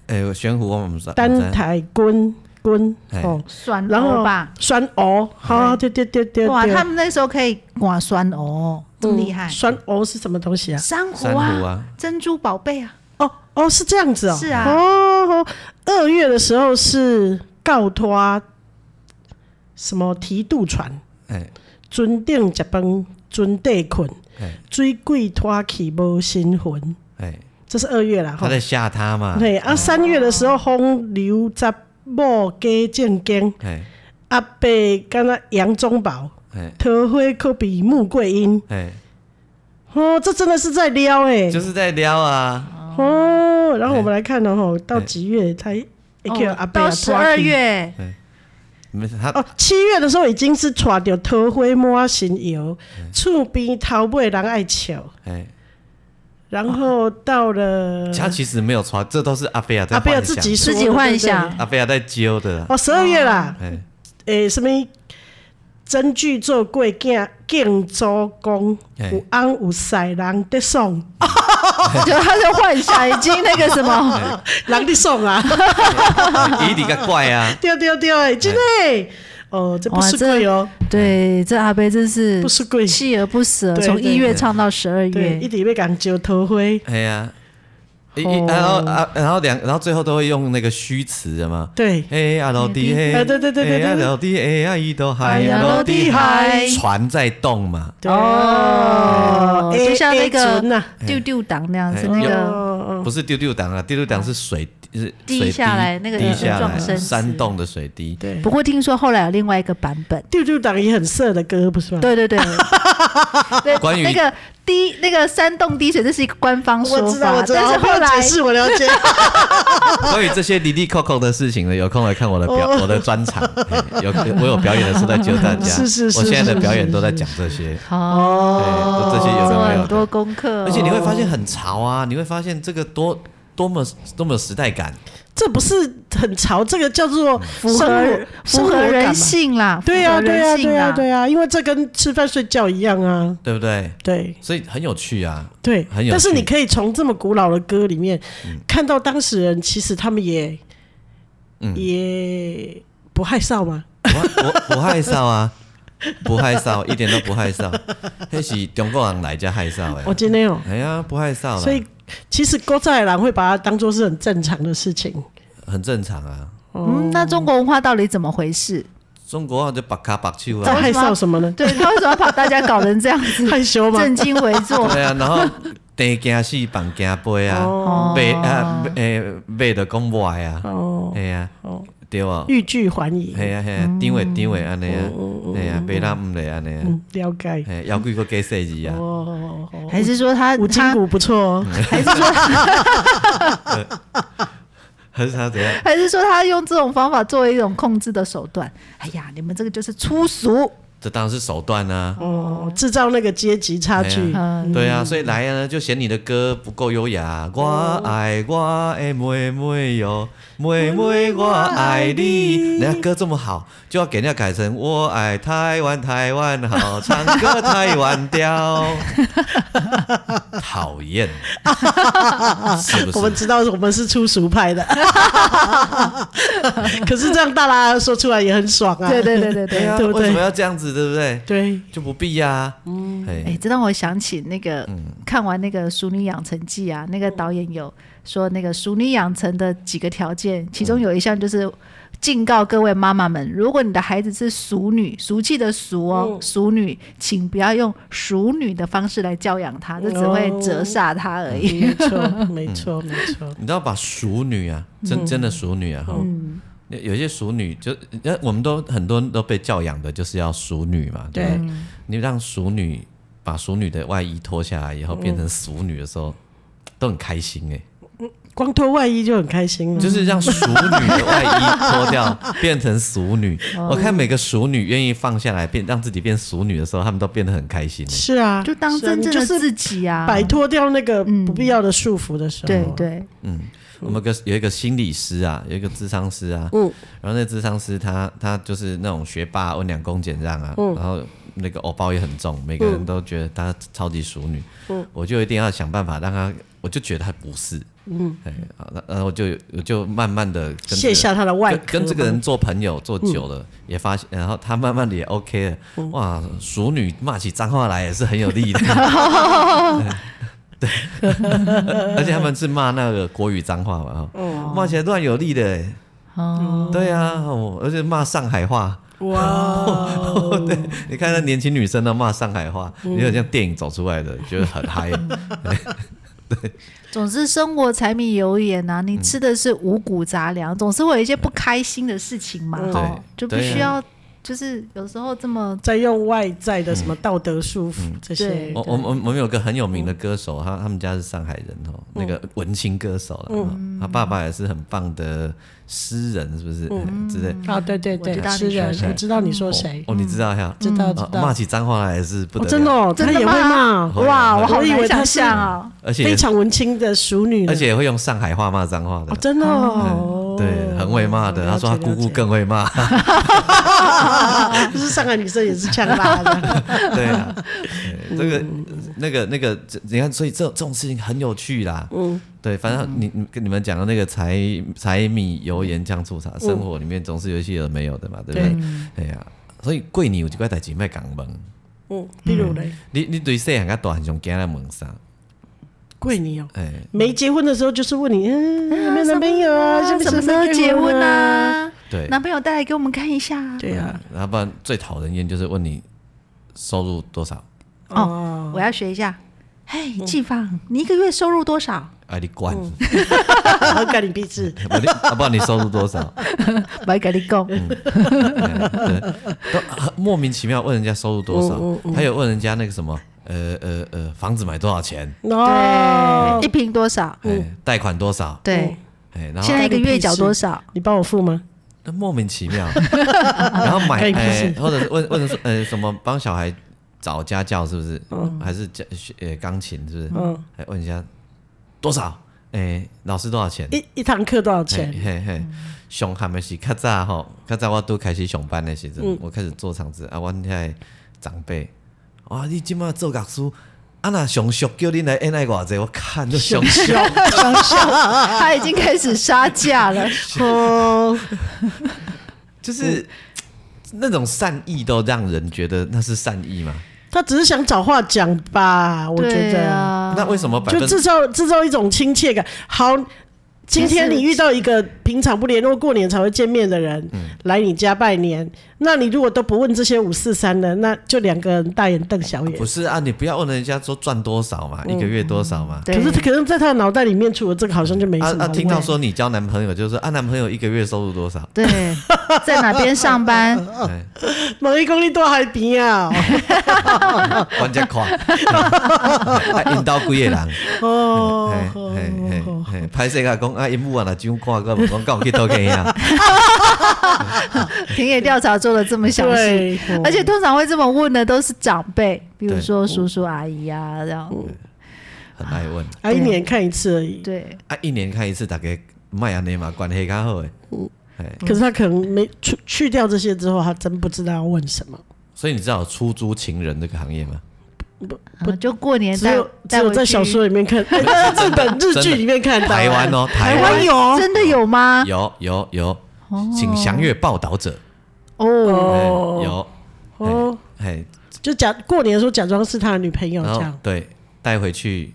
Speaker 1: 哎，玄壶我们知道
Speaker 2: 单台滚滚
Speaker 1: 哎
Speaker 2: 哦，
Speaker 3: 酸
Speaker 2: 然后
Speaker 3: 藕吧？
Speaker 2: 酸哦藕，好，对对对嗯对
Speaker 3: 哇，
Speaker 2: 对
Speaker 3: 他们那时候可以刮酸藕，这么厉害。
Speaker 2: 酸藕是什么东西啊？
Speaker 3: 珊
Speaker 1: 嗯珊
Speaker 3: 瑚
Speaker 1: 瑚
Speaker 3: 啊，
Speaker 1: 啊，
Speaker 3: 珍珠宝贝啊，
Speaker 2: 哦哦，是这样子哦。
Speaker 3: 是啊
Speaker 2: 哦，哦二月的时候是告拖什么提渡船，
Speaker 1: 哎
Speaker 2: 船顶食饭，船底困
Speaker 1: 哎，
Speaker 2: 水鬼拖起无心魂，
Speaker 1: 哎，
Speaker 2: 这是二月啦。
Speaker 1: 他
Speaker 2: 哈
Speaker 1: 在吓他嘛，
Speaker 2: 对啊，三月的时候风流十某家正经，
Speaker 1: 哎
Speaker 2: 阿伯敢若杨宗保，
Speaker 1: 哎
Speaker 2: 桃花可比穆桂英。
Speaker 1: 哎，
Speaker 2: 哦，这真的是在撩哎、
Speaker 1: 就是在撩啊，
Speaker 2: 哦，然后我们来看哦，吼到几月他
Speaker 3: 哎哦
Speaker 2: 阿伯啊
Speaker 3: 到十二月，
Speaker 1: 没事，他
Speaker 2: 哦，七月的时候已经是带着桃花满身油，
Speaker 3: 嗯
Speaker 2: 厝边头尾人爱笑，
Speaker 1: 哎，
Speaker 2: 然后到了
Speaker 3: 哦
Speaker 1: 他其实没有穿，这都是阿菲亚在
Speaker 2: 阿贝尔
Speaker 1: 幻
Speaker 2: 自
Speaker 1: 想的，
Speaker 2: 己说
Speaker 3: 自己幻想
Speaker 2: 对
Speaker 1: 阿菲亚在揪的
Speaker 2: 不对，
Speaker 1: 啦
Speaker 2: 哦，十二月啦，
Speaker 1: 哎 [LAUGHS]
Speaker 2: 诶，什么真剧做过镜镜周公，
Speaker 1: 哎
Speaker 2: 有翁有婿人得送，
Speaker 1: [LAUGHS]
Speaker 3: 就他的幻想已经那个什么，
Speaker 2: 人得送
Speaker 3: [LAUGHS]
Speaker 2: 啊，
Speaker 1: 伊里个怪啊，
Speaker 2: 对对对，诶真的诶哦，这不
Speaker 3: 哇
Speaker 2: 是
Speaker 3: 这
Speaker 2: 贵哦，
Speaker 3: 对，这阿贝真是
Speaker 2: 不是贵，
Speaker 3: 锲而不舍，
Speaker 2: 对
Speaker 3: 从
Speaker 2: 对
Speaker 3: 一月唱到十二
Speaker 2: 对，一
Speaker 3: 月，
Speaker 2: 直要讲招桃花，
Speaker 1: 哎呀，一
Speaker 3: 哦
Speaker 1: 一然后啊，然后两，然后最后都会用那个虚词的嘛，
Speaker 2: 对，
Speaker 1: 哎啊老弟嘿，
Speaker 2: 哎对对对对对
Speaker 1: 哎啊老弟哎啊伊都嗨
Speaker 2: 哎
Speaker 1: 啊
Speaker 2: 呀
Speaker 1: 老
Speaker 2: 老弟
Speaker 1: 弟
Speaker 2: 嗨
Speaker 1: 船在动嘛，
Speaker 2: 对啊
Speaker 3: 哦
Speaker 2: 哎
Speaker 3: 就像那
Speaker 2: 哎
Speaker 3: 个
Speaker 2: 船呐
Speaker 3: 丢丢党那样子，
Speaker 1: 哎
Speaker 3: 那个
Speaker 2: 哦哦
Speaker 1: 不是丢丢档啊，丢丢档是水是
Speaker 3: 滴
Speaker 1: 水
Speaker 3: 下来那个
Speaker 1: 滴下
Speaker 2: 撞
Speaker 1: 来
Speaker 2: 生
Speaker 3: 死
Speaker 1: 山洞的水滴，
Speaker 2: 对
Speaker 3: 不，过听说后来有另外一个版本，
Speaker 2: 丢丢党也很色的歌，不是吗？
Speaker 3: 对
Speaker 2: [LAUGHS]
Speaker 3: 对对，对
Speaker 1: 关于
Speaker 3: 那个滴那个山洞滴水，这是一个官方说
Speaker 2: 我知道，
Speaker 3: 法
Speaker 2: 我，知道，
Speaker 3: 但是
Speaker 2: 我不
Speaker 3: 后
Speaker 2: 用
Speaker 3: 来
Speaker 2: 解释，我了
Speaker 3: [LAUGHS]
Speaker 2: 解。
Speaker 1: 关于这些滴滴扣扣的事情呢，有空来看我的表
Speaker 2: 哦
Speaker 1: 我的专场，嘿有我有表演的时候在教大
Speaker 2: [LAUGHS]
Speaker 1: 家，
Speaker 2: 是是是
Speaker 1: 我现在的表演都在讲这些，
Speaker 3: 哦，
Speaker 1: 对都这些有的
Speaker 3: 做
Speaker 1: 没有的
Speaker 3: 很多功课哦，
Speaker 1: 而且你会发现很潮啊，你会发现这个多多么多么有时代感，
Speaker 2: 这不是很潮，这个叫做
Speaker 3: 符
Speaker 2: 符
Speaker 3: 合符合人。性啦，
Speaker 2: 对呀、
Speaker 3: 符合
Speaker 2: 对呀、
Speaker 3: 人性
Speaker 2: 对
Speaker 3: 啊
Speaker 2: 呀、啊
Speaker 3: 啦，
Speaker 2: 对呀、因为这跟吃饭睡觉一样啊。
Speaker 1: 对不对？
Speaker 2: 对
Speaker 1: 所以很有趣啊，
Speaker 2: 对
Speaker 1: 很，有
Speaker 2: 但是
Speaker 1: 趣
Speaker 2: 你可以从这么古老的歌里面、看到当事人，其实他们也、
Speaker 1: 嗯
Speaker 2: 也不害臊嘛。
Speaker 1: 我我不害臊啊，不害臊，一点都不害臊，那是中国人来家害臊
Speaker 2: 我
Speaker 1: 哎，
Speaker 2: 今天哦，
Speaker 1: 哎呀，不害臊啦，
Speaker 2: 所以其实郭在郎会把它当做是很正常的事情。
Speaker 1: 很正常啊。
Speaker 3: 嗯，那中国文化到底怎么回事？
Speaker 1: 中国话就白卡白手
Speaker 2: 在
Speaker 1: 啊，
Speaker 2: 害臊什么呢？
Speaker 3: 对他为什么要把大家搞成这
Speaker 2: [LAUGHS]
Speaker 3: 样子，
Speaker 2: 害羞嘛。
Speaker 3: 正襟危
Speaker 2: [LAUGHS]
Speaker 3: 坐？
Speaker 1: 对啊，然后地惊死，房惊飞啊，
Speaker 2: 哦
Speaker 1: 背啊诶背的讲歪啊，
Speaker 2: 哦，
Speaker 1: 哎呀，对啊，
Speaker 2: 欲拒还迎。
Speaker 1: 系啊系啊，张伟张伟安尼
Speaker 2: 哦
Speaker 1: 啊，哎呀，背啦唔来安尼啊，
Speaker 2: 嗯，了解。
Speaker 1: 哎，要几个加细字啊，
Speaker 2: 哦，哦
Speaker 3: 还是说他
Speaker 2: 五金
Speaker 3: 他
Speaker 2: 股不错哦。
Speaker 1: 哎还是他怎样？
Speaker 3: 还是说他用这种方法作为一种控制的手段？哎呀，你们这个就是粗俗，
Speaker 1: 这当然是手段啊。
Speaker 2: 哦，制造那个阶级差距。
Speaker 3: 嗯，
Speaker 1: 对啊，所以来呢就嫌你的歌不够优雅。
Speaker 2: 哦
Speaker 1: 我爱我的妹妹哟，妹妹我爱你。人家歌这么好，就要给人家改成我爱台湾，台湾好，唱歌台湾调。 [LAUGHS]
Speaker 2: [LAUGHS]
Speaker 1: 讨厌，是
Speaker 2: 我
Speaker 1: 不
Speaker 2: 们
Speaker 1: 是？
Speaker 2: 知道我们是粗俗派
Speaker 1: [LAUGHS]
Speaker 2: 的，可是这样大家说出来也很爽啊。
Speaker 3: 对对对对
Speaker 1: 对
Speaker 3: 对。
Speaker 1: 啊，
Speaker 2: 对不对
Speaker 1: 为什么要这样子？对不对？
Speaker 2: 对
Speaker 1: 就不必呀、嗯，
Speaker 3: 哎，
Speaker 1: 哎，
Speaker 3: 这让我想起那个、
Speaker 2: 嗯
Speaker 3: 看完那个《熟女养成记》啊，那个导演有说那个《熟女养成》的几个条
Speaker 2: 嗯
Speaker 3: 件，其中有一项就是警告各位妈妈们，如果你的孩子是熟女，俗气的俗哦，
Speaker 2: 嗯
Speaker 3: 熟女，请不要用熟女的方式来教养她，这只会
Speaker 2: 哦
Speaker 3: 折煞她而已。 [LAUGHS]
Speaker 2: 没错，
Speaker 1: 嗯
Speaker 2: 没错，没错。
Speaker 1: 你知道把熟女啊，真真的熟女啊，哈、有有些熟女就，呃我们都很多人都被教养的，就是要熟女嘛，对不对你让熟女把熟女的外衣脱下来以后变成熟女的时候，都很开心哎、
Speaker 2: 光脱外衣就很开心了
Speaker 1: 就。是让熟女的外衣脱掉变成熟女。我看每个熟女愿意放下来变让自己变熟女的时候，她们都变得很开心哎、
Speaker 2: 是啊，
Speaker 3: 就当
Speaker 2: 是啊
Speaker 3: 真正
Speaker 2: 你就
Speaker 3: 的
Speaker 2: 是
Speaker 3: 自己啊，
Speaker 2: 摆脱掉那个不必要的束缚的时候。
Speaker 3: 对对，
Speaker 1: 我们有个有一个心理师啊，有一个智商师啊，
Speaker 2: 嗯
Speaker 1: 然后那智商师他他就是那种学霸温良恭俭让啊，
Speaker 2: 嗯
Speaker 1: 然后那个偶包也很重，每个人都觉得他超级淑女，
Speaker 2: 嗯
Speaker 1: 我就一定要想办法让他，我就觉得他不是，嗯，哎，好那然后我就我就慢慢的跟这
Speaker 2: 卸
Speaker 1: 个
Speaker 2: 下他的外
Speaker 1: 跟
Speaker 2: 壳
Speaker 1: 跟这个人做朋友做久了，也发现，然后他慢慢的也 OK 了，哇，熟女骂起脏话来也是很有力的，对， [LAUGHS] 而且他们是骂那个国语脏话嘛，哦骂起来乱有力的、欸，
Speaker 3: 哦，
Speaker 1: 对啊，哦而且骂上海话。
Speaker 2: 哇
Speaker 1: [LAUGHS]
Speaker 2: 哦，
Speaker 1: 对，你看那年轻女生都骂上海话，也有像电影走出来的，觉得很嗨。
Speaker 3: 总之，生活柴米油盐啊，
Speaker 1: 嗯
Speaker 3: 你吃的是五谷杂粮，总是会有一些不开心的事情嘛，
Speaker 2: 嗯哦
Speaker 3: 哈，就
Speaker 1: 对啊
Speaker 3: 不需要，就是有时候这么
Speaker 2: 再用外在的什么道德束缚
Speaker 1: 嗯
Speaker 2: 这些
Speaker 3: 对，
Speaker 1: 我我我我们有个很有
Speaker 2: 嗯
Speaker 1: 名的歌手，他他们家是上海人哦，那个文青歌手
Speaker 2: 嗯
Speaker 1: 了，哦他爸爸也是很棒的诗人，是不是？ [LAUGHS] 之类。
Speaker 2: 啊，对对
Speaker 3: 我
Speaker 2: 对
Speaker 3: 知，道
Speaker 2: 诗
Speaker 3: 你说
Speaker 2: 人，
Speaker 1: 谁
Speaker 2: 我知道你说谁，嗯
Speaker 1: 哦，你知道呀？
Speaker 2: 知道知
Speaker 1: 啊骂
Speaker 2: 道，
Speaker 1: 起脏话来也是不
Speaker 2: 哦
Speaker 1: 得
Speaker 2: 真的
Speaker 1: 了，
Speaker 2: 哦，他
Speaker 3: 真
Speaker 2: 也
Speaker 3: 的
Speaker 2: 会骂
Speaker 1: 啊
Speaker 3: 吗？，哇，我好
Speaker 2: 我以为
Speaker 3: 难
Speaker 2: 他
Speaker 3: 想
Speaker 2: 是
Speaker 3: 象啊！
Speaker 1: 而且
Speaker 2: 非常文青的熟女呢，
Speaker 1: 而且也会用上海话骂脏话的
Speaker 2: 哦，，真的哦，
Speaker 1: 对，很会骂的。他
Speaker 2: 了解
Speaker 1: 说他姑姑更会骂，
Speaker 2: [LAUGHS] 就是上海女生也是呛辣
Speaker 1: [LAUGHS]
Speaker 2: 的，
Speaker 1: 对啊，对这个那个那个，这你看，所以这这种事情很有趣啦。嗯，对，反正你你跟你们讲的那个柴柴米油盐酱醋茶，生活里面总是有一些有的没有的嘛，对不嗯对？哎呀，所以过年有一块代志卖讲问，
Speaker 2: 嗯，比如嘞，
Speaker 1: 你你对细汉甲大汉上惊来问啥？
Speaker 2: 贵你哦。
Speaker 1: 哎，
Speaker 2: 没结婚的时候就是问你，嗯，有没有男朋友啊？是不是
Speaker 3: 什么时候结婚
Speaker 2: 啊？
Speaker 3: 啊？
Speaker 1: 对，
Speaker 3: 男朋友带来给我们看一下啊。
Speaker 2: 对啊，
Speaker 1: 然后不然最讨人厌就是问你收入多少，
Speaker 3: 哦，我要学一下。嘿，
Speaker 2: 嗯
Speaker 3: 季芳，你一个月收入多少？
Speaker 1: 啊，你管，
Speaker 2: [LAUGHS] 干你屁事！
Speaker 1: 我你啊， [LAUGHS] 不然你收入多少？
Speaker 3: 白给你讲，
Speaker 1: 嗯都很莫名其妙问人家收入多
Speaker 3: 嗯
Speaker 1: 少，还有问人家那个什么，呃呃呃，房子买多少钱，
Speaker 2: 哦
Speaker 3: 对，一，瓶多少？
Speaker 1: 哎，贷款多少，
Speaker 3: 对，
Speaker 1: 哎，
Speaker 2: 嗯
Speaker 1: 然后
Speaker 3: 嗯现在一个月缴多少？
Speaker 2: 你帮我付吗？
Speaker 1: 那莫名其
Speaker 3: [LAUGHS]
Speaker 1: 妙，然后买，
Speaker 2: 干你屁
Speaker 1: 哎
Speaker 2: 事，
Speaker 1: 或者是问问说，呃，什么帮小孩找家教是不是？
Speaker 3: 嗯
Speaker 1: 还是教学呃钢琴是不是？
Speaker 2: 嗯
Speaker 1: 还问一下多少？哎，老师多少钱？
Speaker 2: 一一堂课多少
Speaker 1: 嘿
Speaker 2: 钱？
Speaker 1: 嘿嘿，上海的是较早吼，较早我拄开始上班的时
Speaker 2: 嗯
Speaker 1: 阵，我开始做厂子啊，阮遐长辈，哇，你即马做乐师，啊若上俗叫恁来演爱偌济，我看就上俗，
Speaker 3: [LAUGHS] 他已经开始杀价了。
Speaker 2: 哦，
Speaker 1: [LAUGHS] 就是那种善意都让人觉得那是善意嘛。
Speaker 2: 他只是想找话讲吧，我觉
Speaker 3: 对
Speaker 2: 得，
Speaker 3: 啊，
Speaker 1: 那为什么百
Speaker 2: 就
Speaker 1: 分之
Speaker 2: 制造制造一种亲切感。好，今天你遇到一个平常不联络、过年才会见面的人
Speaker 1: 嗯
Speaker 2: 来你家拜年，那你如果都不问这些五四三的，那就两个人大眼瞪小眼
Speaker 1: 不。是啊？你不要问人家说赚多少嘛，一个月多少嘛。
Speaker 3: 对
Speaker 2: 可是，可是在他的脑袋里面，除了这个，好像就嗯没
Speaker 1: 啊
Speaker 2: 什么
Speaker 1: 啊！
Speaker 2: 了。
Speaker 1: 听到说你交男朋友，就是说啊，男朋友一个月收入多少？
Speaker 3: 对，在哪边上班？
Speaker 1: 哎，
Speaker 2: 某一公里多海边啊，
Speaker 3: [LAUGHS]
Speaker 1: 关家垮，啊，引导几个人。
Speaker 2: 哦，
Speaker 1: 嘿嘿嘿嘿，歹势啊，讲啊，因母啊，若怎看个，讲讲去倒去啊，
Speaker 3: 田野调查做的这么详细，
Speaker 2: 对，
Speaker 3: 而且通常会这么问的都是长辈，比如
Speaker 1: 对
Speaker 3: 说叔叔阿姨啊，这样。
Speaker 1: 很爱问
Speaker 2: 啊，一年看一次而已。
Speaker 3: 对，
Speaker 1: 啊，一年看一次，大家卖安尼嘛，关系较好诶。嘿
Speaker 3: 嗯
Speaker 2: 可是他可能没去去掉这些之后，他真不知道要问什么。
Speaker 1: 所以你知道有出租情人这个行业吗？
Speaker 3: 啊就过年
Speaker 2: 只
Speaker 3: 带
Speaker 2: 有只
Speaker 3: 带
Speaker 2: 有
Speaker 3: 回
Speaker 2: 在
Speaker 3: 去
Speaker 2: 小说里面
Speaker 3: [LAUGHS]
Speaker 2: 看，哎在日本日剧里面看到。
Speaker 1: 台湾，哦，台
Speaker 2: 台湾
Speaker 1: 湾
Speaker 2: 有哦
Speaker 3: 哎真的有吗？
Speaker 1: 有有有，请详阅报道者。
Speaker 3: 哦，
Speaker 1: 哎
Speaker 2: 哦
Speaker 1: 有
Speaker 2: 哦，
Speaker 1: 嘿，
Speaker 2: 就假过年的时候假装是他的女朋友
Speaker 1: 然
Speaker 2: 这
Speaker 1: 后
Speaker 2: 样。
Speaker 1: 对带回去，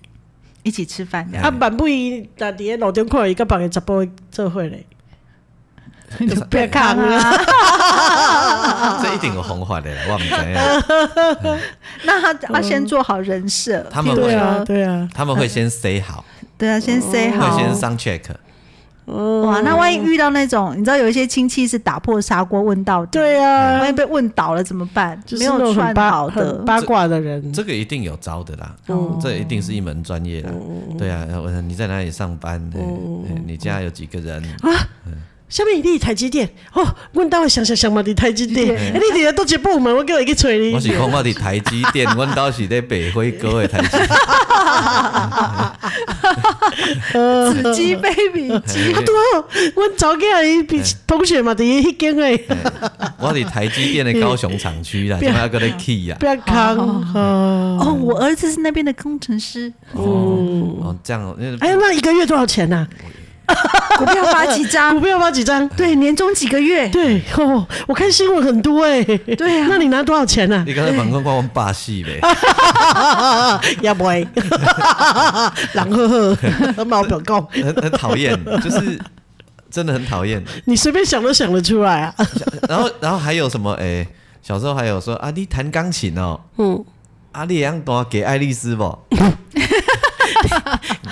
Speaker 3: 一起吃饭
Speaker 1: 哎
Speaker 3: 的，
Speaker 2: 啊，板不一打底下路顶看有一个绑个直播做会嘞，不要看啊！
Speaker 1: 这一定有红法的啦，我唔知啊。
Speaker 3: [LAUGHS]
Speaker 2: [LAUGHS]
Speaker 3: 那他他先做好人设，
Speaker 1: 他们
Speaker 3: 譬如
Speaker 2: 对啊，
Speaker 3: 说，
Speaker 2: 对啊，
Speaker 1: 他们会先 say 好，
Speaker 3: 对啊，先 say
Speaker 1: 会
Speaker 3: 好。
Speaker 1: 先 sound check，
Speaker 2: 嗯
Speaker 3: 哇，那万一遇到那种，你知道有一些亲戚是打破砂锅问到底，
Speaker 2: 对啊
Speaker 3: 万，一被问倒了怎么办？
Speaker 2: 就是
Speaker 3: 没
Speaker 2: 那
Speaker 3: 有
Speaker 2: 种
Speaker 3: 串
Speaker 2: 很
Speaker 3: 好
Speaker 2: 八
Speaker 3: 的
Speaker 2: 很，八卦的人，
Speaker 1: 这个一定有招的啦，
Speaker 2: 哦
Speaker 1: 这一定是一门专业
Speaker 2: 嗯
Speaker 1: 啦。对啊，我说你在哪里上班？哎哎你家有几个人？
Speaker 2: 哦下面你台积电哦，阮兜想想想嘛，你台积电，哎、你伫咧倒一部门，我叫伊去找你
Speaker 1: 我。是讲我伫台积
Speaker 2: [LAUGHS]
Speaker 1: 电，阮倒是咧北辉哥的台积
Speaker 3: 子鸡
Speaker 2: [LAUGHS]
Speaker 3: baby，
Speaker 2: 啊
Speaker 1: 电
Speaker 2: 呃对，哦，阮早囝伊比同学嘛，伫咧迄间
Speaker 3: [LAUGHS]
Speaker 2: 诶，
Speaker 1: 我伫台积电的高雄厂区
Speaker 2: 嗯
Speaker 1: 啦，现在个咧起啊呀
Speaker 2: 不。要扛哦。
Speaker 3: 哦，我儿子是那边的工程师，
Speaker 1: 哦，哦这样哦，那
Speaker 2: 嗯哎，那一个月多少钱呐、
Speaker 3: 股票发几
Speaker 2: 股 [LAUGHS]
Speaker 3: 张？
Speaker 2: 票发几张？
Speaker 3: 对，年终几个月？
Speaker 2: 对哦，我看新闻很多哎、
Speaker 3: 对啊
Speaker 2: 那你拿多少钱呐、
Speaker 1: 你刚才问我我霸戏呗，
Speaker 2: 哎啊？ [LAUGHS] 也不会，然后冇表讲，
Speaker 1: 很很讨厌，就是真的很讨厌。
Speaker 2: 你随便想都想得出来啊。
Speaker 1: [LAUGHS] 然后然后还有什么？哎，小时候还有说啊，你弹钢琴哦，
Speaker 2: 嗯，
Speaker 1: 啊，你会样弹给爱丽丝不？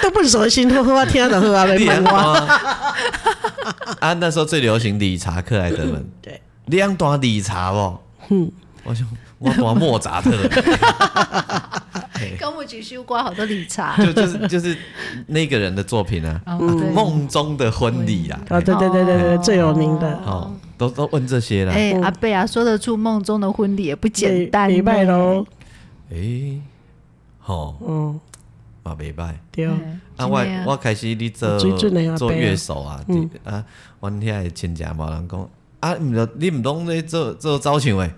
Speaker 2: 都不熟悉，都喝啊，听得喝啊，没
Speaker 1: 两
Speaker 2: 办
Speaker 1: [LAUGHS]
Speaker 2: 法。
Speaker 1: 段哦啊，那时候最流行理查克莱德们，
Speaker 2: 对，
Speaker 1: 两段理查哦，嗯，我想我段莫扎特， [LAUGHS]
Speaker 3: 高木吉修瓜好多理查，
Speaker 1: 就就是就是那个人的作品啊，
Speaker 2: 嗯
Speaker 3: 哦
Speaker 1: 啊
Speaker 3: 对
Speaker 1: 梦中的婚礼啊，
Speaker 2: 哦，对对对对对，最有名的。
Speaker 1: 哦，都都问这
Speaker 2: 嗯
Speaker 1: 些啦，
Speaker 3: 哎，阿贝啊，说得出梦中的婚礼也不简单呢，
Speaker 2: 礼拜
Speaker 3: [LAUGHS]
Speaker 2: 喽，
Speaker 1: 诶，吼，
Speaker 2: 嗯，
Speaker 1: 嘛袂歹。
Speaker 2: 对哦，
Speaker 3: 嗯
Speaker 1: 啊，我
Speaker 3: 真的
Speaker 1: 我开始你做
Speaker 2: 水准的阿伯啊
Speaker 1: 做乐手啊，啊，阮遐的亲戚嘛有人讲，啊，毋着你毋拢咧做做走唱诶，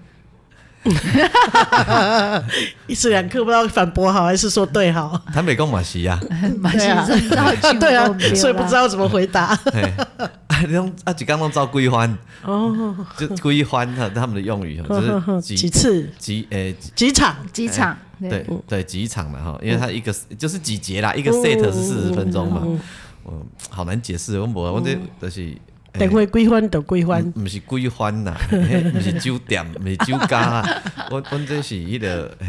Speaker 2: 一时两刻不知道反驳好还是说对好。
Speaker 1: 坦白讲嘛是啊，
Speaker 3: 马
Speaker 2: 对
Speaker 3: 先
Speaker 2: 啊
Speaker 3: 生照镜
Speaker 2: 对啊 [LAUGHS]
Speaker 3: 都没有，啦
Speaker 2: 所以不知道怎么回答。
Speaker 1: 嘿，啊，你拢啊一工拢走几番，
Speaker 2: 哦，
Speaker 1: 就几番哈，他们的用语就是
Speaker 2: 几
Speaker 1: 几
Speaker 2: 次
Speaker 1: 几诶，
Speaker 2: 几场？
Speaker 3: 机场
Speaker 1: 对，对几场了哈，因为它一个就是几节
Speaker 2: 哦
Speaker 1: 啦，一个 set 是四十分钟嘛，嗯，好难解释，我无我这就是。诶
Speaker 2: 哦等会归还，等归还。
Speaker 1: 毋是鬼番啦， [LAUGHS] 嘿毋是酒店，毋是酒家啦， [LAUGHS] 阮阮这是迄个嘿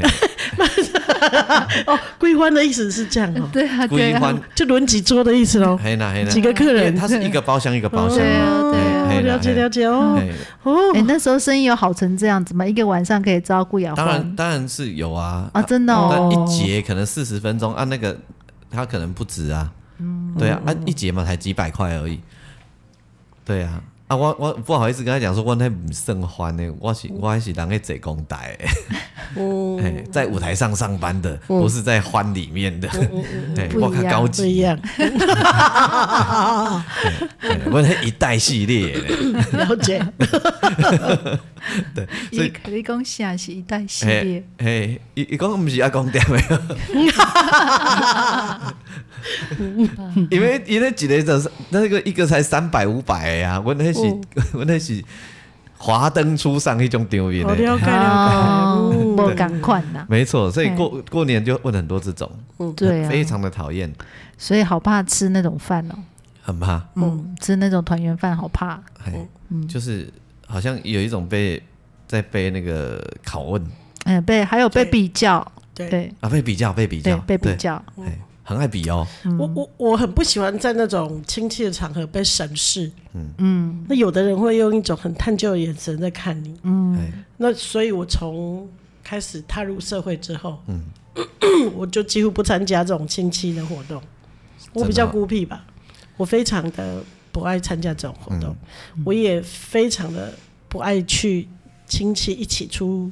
Speaker 2: 哦，归还的意思是这样哦，
Speaker 3: [LAUGHS] 对啊，对
Speaker 1: 鬼
Speaker 3: 啊，
Speaker 1: 番，
Speaker 2: 就轮几桌的意思喽。
Speaker 1: 嘿啦嘿啦，
Speaker 2: 哦几个客
Speaker 1: 因为
Speaker 2: 人？
Speaker 1: 它是一个包厢一个包厢
Speaker 3: 对，啊，对啊。
Speaker 2: 哦，
Speaker 1: 嘿啦
Speaker 2: 了解
Speaker 1: 嘿
Speaker 2: 了解哦
Speaker 1: 嘿
Speaker 2: 哦
Speaker 3: 哎，那时候生意有好成这样子吗？一个晚上可以照顾雅
Speaker 1: 当然
Speaker 3: 欢
Speaker 1: 当然是有啊，
Speaker 3: 啊，真的
Speaker 1: 但一
Speaker 3: 哦，
Speaker 1: 节可能四十分钟啊，那个他可能不止啊，对啊，啊一节嘛才几百块而已，对啊。啊，我我不好意思跟他讲说，我那不算欢呢，我是我还是人在做工台的，
Speaker 2: 哦，
Speaker 1: [LAUGHS] 嘿在舞台上上班的，不是在欢里面的，嘿
Speaker 3: 不一
Speaker 1: 我较
Speaker 3: 样
Speaker 1: 高
Speaker 2: 不一
Speaker 1: 级，
Speaker 2: 样，
Speaker 1: 嘿我那一代系列的，
Speaker 2: 哦了解。
Speaker 1: 对，
Speaker 3: 哦一
Speaker 1: 所以
Speaker 3: 可以讲下是一代系列
Speaker 1: 嘿，嘿，伊伊讲毋是阿公店
Speaker 3: [LAUGHS]
Speaker 1: 的，因为伊那一个就是那个一个才三百五百的啊，我那是、
Speaker 3: 哦
Speaker 1: [LAUGHS] 我那是华灯初上迄种场面
Speaker 3: 哦
Speaker 2: 我
Speaker 1: 的，
Speaker 3: 啊
Speaker 2: 了解
Speaker 3: [LAUGHS]
Speaker 2: 了解。
Speaker 3: 我赶快呐，
Speaker 1: 没错，所以过过年就问很多这种，
Speaker 3: 对啊，
Speaker 1: 嗯非常的讨厌，
Speaker 3: 所以好怕吃那种饭哦，
Speaker 1: 很怕，
Speaker 3: 嗯，吃那种团圆饭好怕，
Speaker 1: 哎，
Speaker 3: 嗯
Speaker 1: 就是好像有一种被在被那个拷问
Speaker 3: 嗯，被还有被
Speaker 2: 对
Speaker 3: 比较，
Speaker 2: 对
Speaker 3: 对
Speaker 1: 啊，被比较，被比
Speaker 3: 对
Speaker 1: 较，，
Speaker 3: 被比，较，
Speaker 1: 哎，很爱比哦，
Speaker 2: 我我我很不喜欢在那种亲戚的场合被审视。嗯那有的人会用一种很探究的眼神在看你。
Speaker 3: 嗯
Speaker 1: 哎，
Speaker 2: 那所以，我从开始踏入社会之后，嗯， [CLEARS THROAT] 我就几乎不参加这种亲戚的活动。我比较孤僻吧，我非常的不爱参加这种活动，我也非常的不爱去亲戚一起出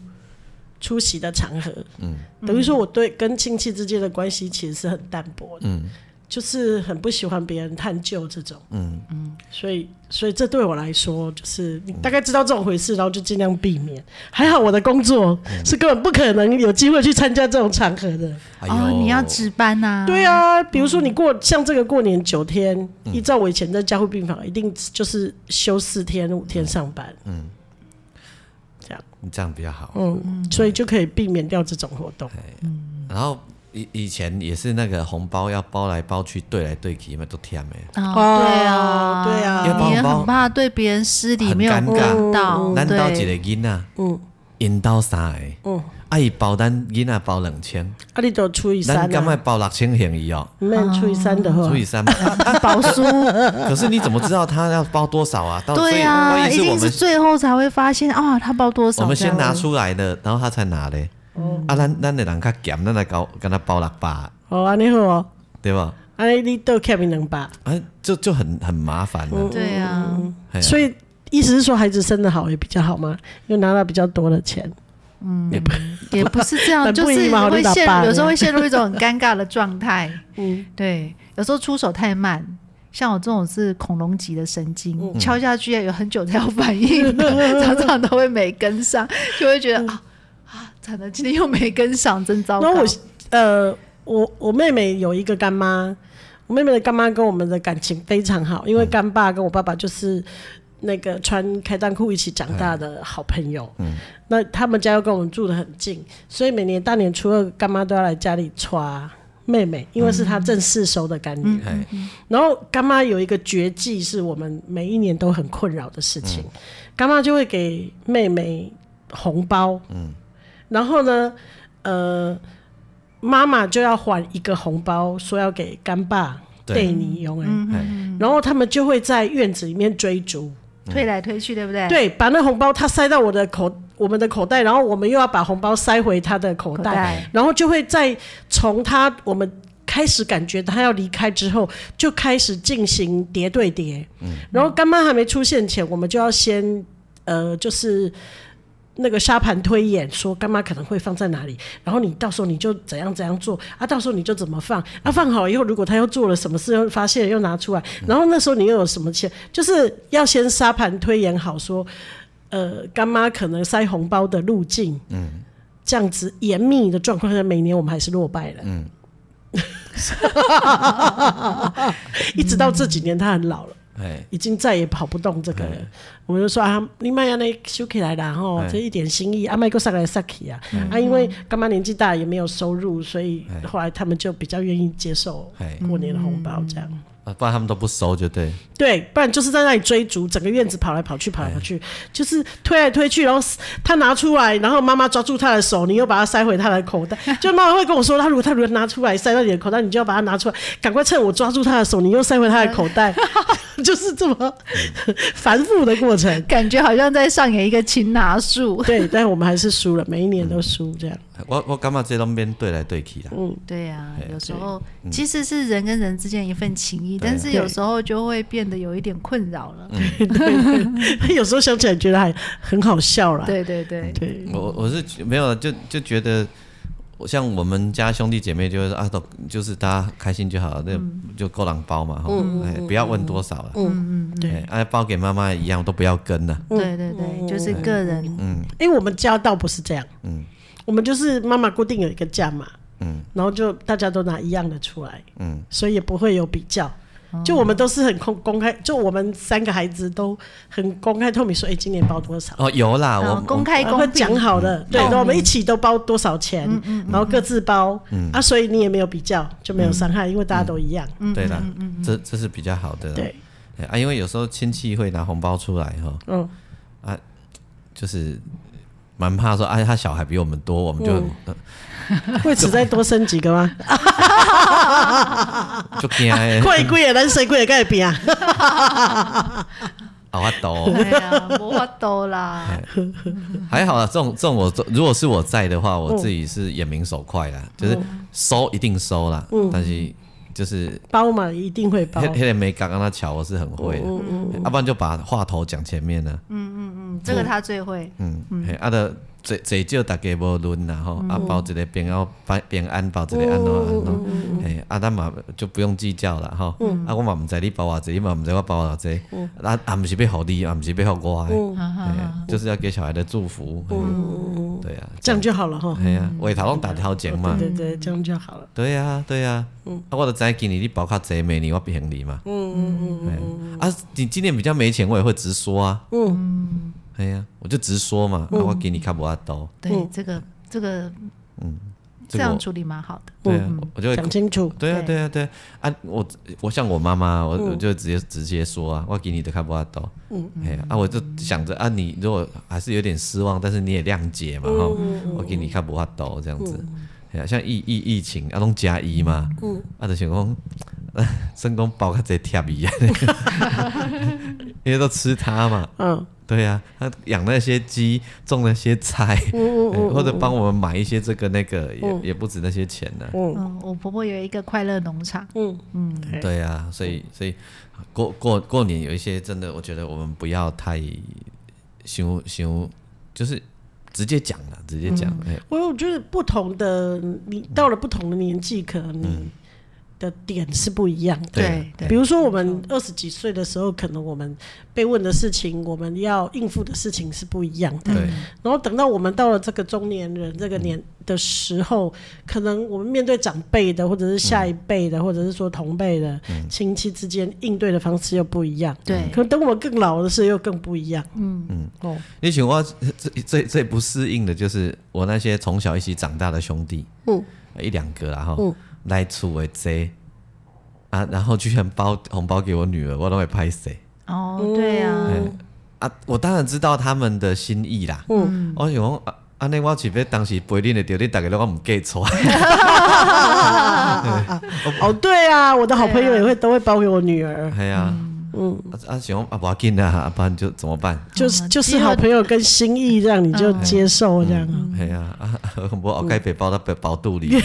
Speaker 2: 出席的场合。嗯，等于说我对跟亲戚之间的关系其实是很淡薄的。嗯。就是很不喜欢别人探究这种，嗯嗯，所以所以这对我来说，就是你大概知道这种回事，然后就尽量避免。还好我的工作是根本不可能有机会去参加这种场合的，
Speaker 1: 哎
Speaker 3: 哦，
Speaker 1: 呦，
Speaker 3: 你要值班呐，
Speaker 2: 对啊，比如说你过像这个过年九天，依照我以前在加护病房，一定就是休四天五天上班，
Speaker 1: 你这样比较好。
Speaker 2: 嗯，所以就可以避免掉这种活动。
Speaker 1: 然后以以前也是那个红包要包来包去，对来对去嘛，都甜的。
Speaker 3: 啊，
Speaker 2: 哦
Speaker 3: 对啊，嗯
Speaker 2: 对啊
Speaker 3: 你也很怕对别人失礼，
Speaker 1: 很
Speaker 3: 没有
Speaker 1: 尴
Speaker 3: 公
Speaker 1: 尬
Speaker 3: 道，
Speaker 1: 咱兜一个
Speaker 3: 哦对，
Speaker 1: 囡仔，
Speaker 2: 嗯
Speaker 1: 因兜三个，
Speaker 2: 嗯，
Speaker 1: 啊伊包咱囡仔包两千，
Speaker 2: 啊，你都除以
Speaker 1: 咱
Speaker 2: 三
Speaker 1: 敢卖
Speaker 2: 啊，嗯
Speaker 1: 包六千嫌伊哦，
Speaker 2: 没有除以三的话
Speaker 1: 除，以三嘛。
Speaker 3: 保输，
Speaker 1: 可是你怎么知道他要包多少啊？到
Speaker 3: 对
Speaker 1: 所以
Speaker 3: 啊，
Speaker 1: 万
Speaker 3: 一
Speaker 1: 一是我
Speaker 3: 定是
Speaker 1: 们
Speaker 3: 最后才会发现啊，他包多少，
Speaker 1: 我们先
Speaker 3: 这样
Speaker 1: 拿
Speaker 3: 子，
Speaker 1: 出来的，然后他才拿嘞。啊，咱咱的人较咸，咱来搞跟他包六百，
Speaker 2: 哦，安尼好哦，
Speaker 1: 对吧？
Speaker 2: 安尼你都欠你两百，
Speaker 1: 啊，就就很很麻烦了。
Speaker 3: 对啊，
Speaker 1: 嘿啊
Speaker 2: 所以意思是说孩子生的好也比较好吗？又拿到比较多的钱，
Speaker 3: 也不是这样，
Speaker 2: 很
Speaker 3: 就
Speaker 2: 不
Speaker 3: 是
Speaker 2: 一嘛
Speaker 3: 会
Speaker 2: 你
Speaker 3: 陷
Speaker 2: 打扮
Speaker 3: 入，有时候会陷入一种很尴尬的状态。
Speaker 2: [LAUGHS] 嗯，
Speaker 3: 对，有时候出手太慢，像我这种是恐龙级的神经，敲下去要有很久才有反应的，
Speaker 2: [LAUGHS]
Speaker 3: 常常都会没跟上，就会觉得、啊啊，惨了，今天又没跟上，真糟糕。
Speaker 2: 然后嗯我呃，我我妹妹有一个干妈，我妹妹的干妈跟我们的感情非常好，因为干爸跟我爸爸就是那个穿开裆裤一起长大的好朋友。嗯，那他们家又跟我们住的很近，所以每年大年初二，干妈都要来家里抓妹妹，因为是她正式收的干女儿。
Speaker 1: 嘿
Speaker 2: 然后干妈有一个绝技，是我们每一年都很困扰的事情。干妈就会给妹妹红包，嗯，然后呢，呃，妈妈就要还一个红包，说要给干爸
Speaker 1: 对
Speaker 2: 对你用哎，
Speaker 3: 嗯
Speaker 1: 哎，
Speaker 2: 然后他们就会在院子里面追逐，
Speaker 3: 推来推去，对不对？
Speaker 2: 对，把那红包他塞到我的口我们的口袋，然后我们又要把红包塞回他的口
Speaker 3: 口
Speaker 2: 袋，
Speaker 3: 袋，
Speaker 2: 然后就会在从他我们开始感觉他要离开之后，就开始进行叠对叠。然后干妈还没出现前，我们就要先呃，就是那个沙盘推演，说干妈可能会放在哪里，然后你到时候你就怎样怎样做啊，到时候你就怎么放啊，放好以后，如果他又做了什么事，又发现又拿出来，然后那时候你又有什么钱，就是要先沙盘推演好说。呃，干妈可能塞红包的路径，这样子严密的状况下，每年我们还是落败了。嗯， [LAUGHS] 一直到这几年他很老了，
Speaker 1: 哎，
Speaker 2: 已经再也跑不动这个了。我们就说啊，你卖啊那修起来啦吼，
Speaker 1: 哎
Speaker 2: 这一点心意啊，卖过上来萨去啊啊，因为干妈年纪大也没有收入，所以
Speaker 1: 哎
Speaker 2: 后来他们就比较愿意接受
Speaker 1: 哎
Speaker 2: 过年的红包这样。
Speaker 1: 啊不然他们都不收就对，
Speaker 2: 对，不然就是在那里追逐，整个院子跑来跑去，跑来跑去，就是推来推去，然后他拿出来，然后妈妈抓住他的手，你又把它塞回他的口袋。就妈妈会跟我说，他如果他如果拿出来塞到你的口袋，你就要把它拿出来，赶快趁我抓住他的手，你又塞回他的口袋，就是这么 [LAUGHS] 繁复的过程。
Speaker 3: [LAUGHS] 感觉好像在上演一个擒拿术。
Speaker 2: 对，但我们还是输了，每一年都输这样。
Speaker 1: 我我感觉这东边对来对去啦，
Speaker 3: 对呀、
Speaker 1: 哎
Speaker 3: 有时候其实是人跟人之间一份情谊，
Speaker 1: 对
Speaker 3: 但是有时候就会变得有一点困扰了。
Speaker 2: [LAUGHS] 有时候想起来觉得还很好笑啦。
Speaker 3: 对对对，
Speaker 2: 对
Speaker 1: 我我是觉没有就就觉得，我像我们家兄弟姐妹就会说啊，都就是大家开心就好，那就够两包嘛，吼哎，不要问多少了，哎
Speaker 2: 对，，
Speaker 1: 啊包给妈妈一样都不要跟
Speaker 2: 嗯
Speaker 1: 了，
Speaker 3: 对对对，就是个人
Speaker 2: 因为我们家倒不是这样。
Speaker 1: 嗯
Speaker 2: 我们就是妈妈固定有一个价码，
Speaker 1: 嗯
Speaker 2: 然后就大家都拿一样的出来，
Speaker 1: 嗯，
Speaker 2: 所以也不会有比较。
Speaker 3: 哦
Speaker 2: 就我们都是很公公开，就我们三个孩子都很公开透明说，哎、今年包多少，
Speaker 1: 哦有啦，我
Speaker 3: 啊，
Speaker 1: 们
Speaker 3: 公开
Speaker 2: 然后
Speaker 3: 公
Speaker 2: 会讲
Speaker 3: 平，嗯
Speaker 2: 好的，对，
Speaker 3: 透明
Speaker 2: 然后我们一起都包多少钱，然后各自包，
Speaker 1: 嗯
Speaker 2: 啊，所以你也没有比较，就没有伤害，因为大家都一样，
Speaker 1: 对啦，这这是比较好的啦，
Speaker 2: 对，
Speaker 1: 哎啊，因为有时候亲戚会拿红包出来哈，
Speaker 2: 嗯，
Speaker 1: 就是蛮怕说，哎、他小孩比我们多，我们就、嗯
Speaker 2: 为此再多生几个吗？，
Speaker 1: 就惊 [LAUGHS] 哎
Speaker 2: [LAUGHS] 快贵也难谁贵也盖比
Speaker 1: [LAUGHS]
Speaker 2: 啊，
Speaker 1: 好啊抖。
Speaker 2: [LAUGHS]
Speaker 3: 对呀，没法度啦。
Speaker 1: 还好啦，这种这种我如果是我在的话，我自己是眼明手快啦，就是收一定收啦，但是就是
Speaker 2: 包嘛一定会包
Speaker 1: 黑，黑人没刚刚他瞧，我是很会的，要、啊不然就把话头讲前面呢，
Speaker 3: 嗯，这个他最会。
Speaker 1: 嗯，嘿啊的嘴嘴就大家无论啦吼，啊包一个平安包平安包一个安怎安怎，嘿啊咱嘛就不用计较啦吼，啊我嘛毋知你包偌济，你嘛毋知我包偌济，啊啊毋是要互你，啊毋是要互我的，嘿就是要给小孩的祝福，嘿对啊，
Speaker 2: 这样就好了哈。
Speaker 1: 嘿啊，为头拢打条件嘛，
Speaker 2: 对对对，这样就好了。
Speaker 1: 对啊对啊，啊我都知今年你包较济，明年我平你嘛，嗯嗯嗯，啊你今年比较没钱，我也会直说啊，嗯，嘿啊，我就直说嘛，啊我给你较无法度。
Speaker 2: 嗯
Speaker 3: 对，这个这个这
Speaker 1: 这个
Speaker 3: 样
Speaker 1: 我
Speaker 3: 处理蛮好的。
Speaker 1: 对啊，我就会
Speaker 2: 讲清楚，
Speaker 1: 对啊
Speaker 3: 对
Speaker 1: 对啊对啊啊！我我像我妈妈，我我就直接直接说啊，我给你的卡布阿豆，嗯，哎呀啊，我就想着啊，你如果还是有点失望，但是你也谅解嘛哈，我给你卡布阿豆这样子。哎呀，像疫疫疫情啊，拢加一嘛，嗯，啊，就想讲， [LAUGHS] 算讲包较济贴伊啊， [LAUGHS] 因为都吃它嘛，
Speaker 2: 嗯，
Speaker 1: 对呀、啊，他养那些鸡，种那些菜，嗯或者帮我们买一些这个那个，也、也不止那些钱呢、
Speaker 3: 嗯，我婆婆有一个快乐农场，
Speaker 2: 嗯对嗯
Speaker 1: 对呀、啊，所以所以过过过年有一些真的，我觉得我们不要太羞羞，就是直接讲了，直接讲，哎、
Speaker 2: 我我觉得不同的你到了不同的年纪，可能你的点是不一样的。
Speaker 1: 对
Speaker 3: 对
Speaker 2: 比如说，我们二十几岁的时候，可能我们被问的事情，我们要应付的事情是不一样的。
Speaker 1: 对
Speaker 2: 然后等到我们到了这个中年人这个年的时候，可能我们面对长辈的，或者是下一辈的，或者是说同辈的亲戚之间应对的方式又不一样。
Speaker 3: 对
Speaker 2: 可能等我们更老的时候又更不一样。
Speaker 3: 嗯
Speaker 2: 嗯哦，
Speaker 1: 你请我最最最不适应的就是我那些从小一起长大的兄弟，呃
Speaker 2: 嗯
Speaker 1: 一两个啦哈，
Speaker 2: 嗯
Speaker 1: 来厝为贼啊，然后居然包红包给我女儿，我都会拍哎谁。
Speaker 3: 哦，对呀，
Speaker 2: 嗯
Speaker 1: 啊，我当然知道他们的心意啦。嗯，我想讲啊，安尼我是要当时陪恁的对，恁大家都我唔记错。
Speaker 2: 哦，对啊，我的好朋友也会都会包给我女儿，
Speaker 1: 系啊，嗯，啊想啊无要紧啊，啊不然就怎么办？
Speaker 3: 哦
Speaker 2: 就是就是好朋友跟心意这样，你
Speaker 3: 嗯
Speaker 2: 就接受这样。
Speaker 1: 系啊，啊我
Speaker 2: 嗯
Speaker 1: 后盖被包到被包肚里， [LAUGHS]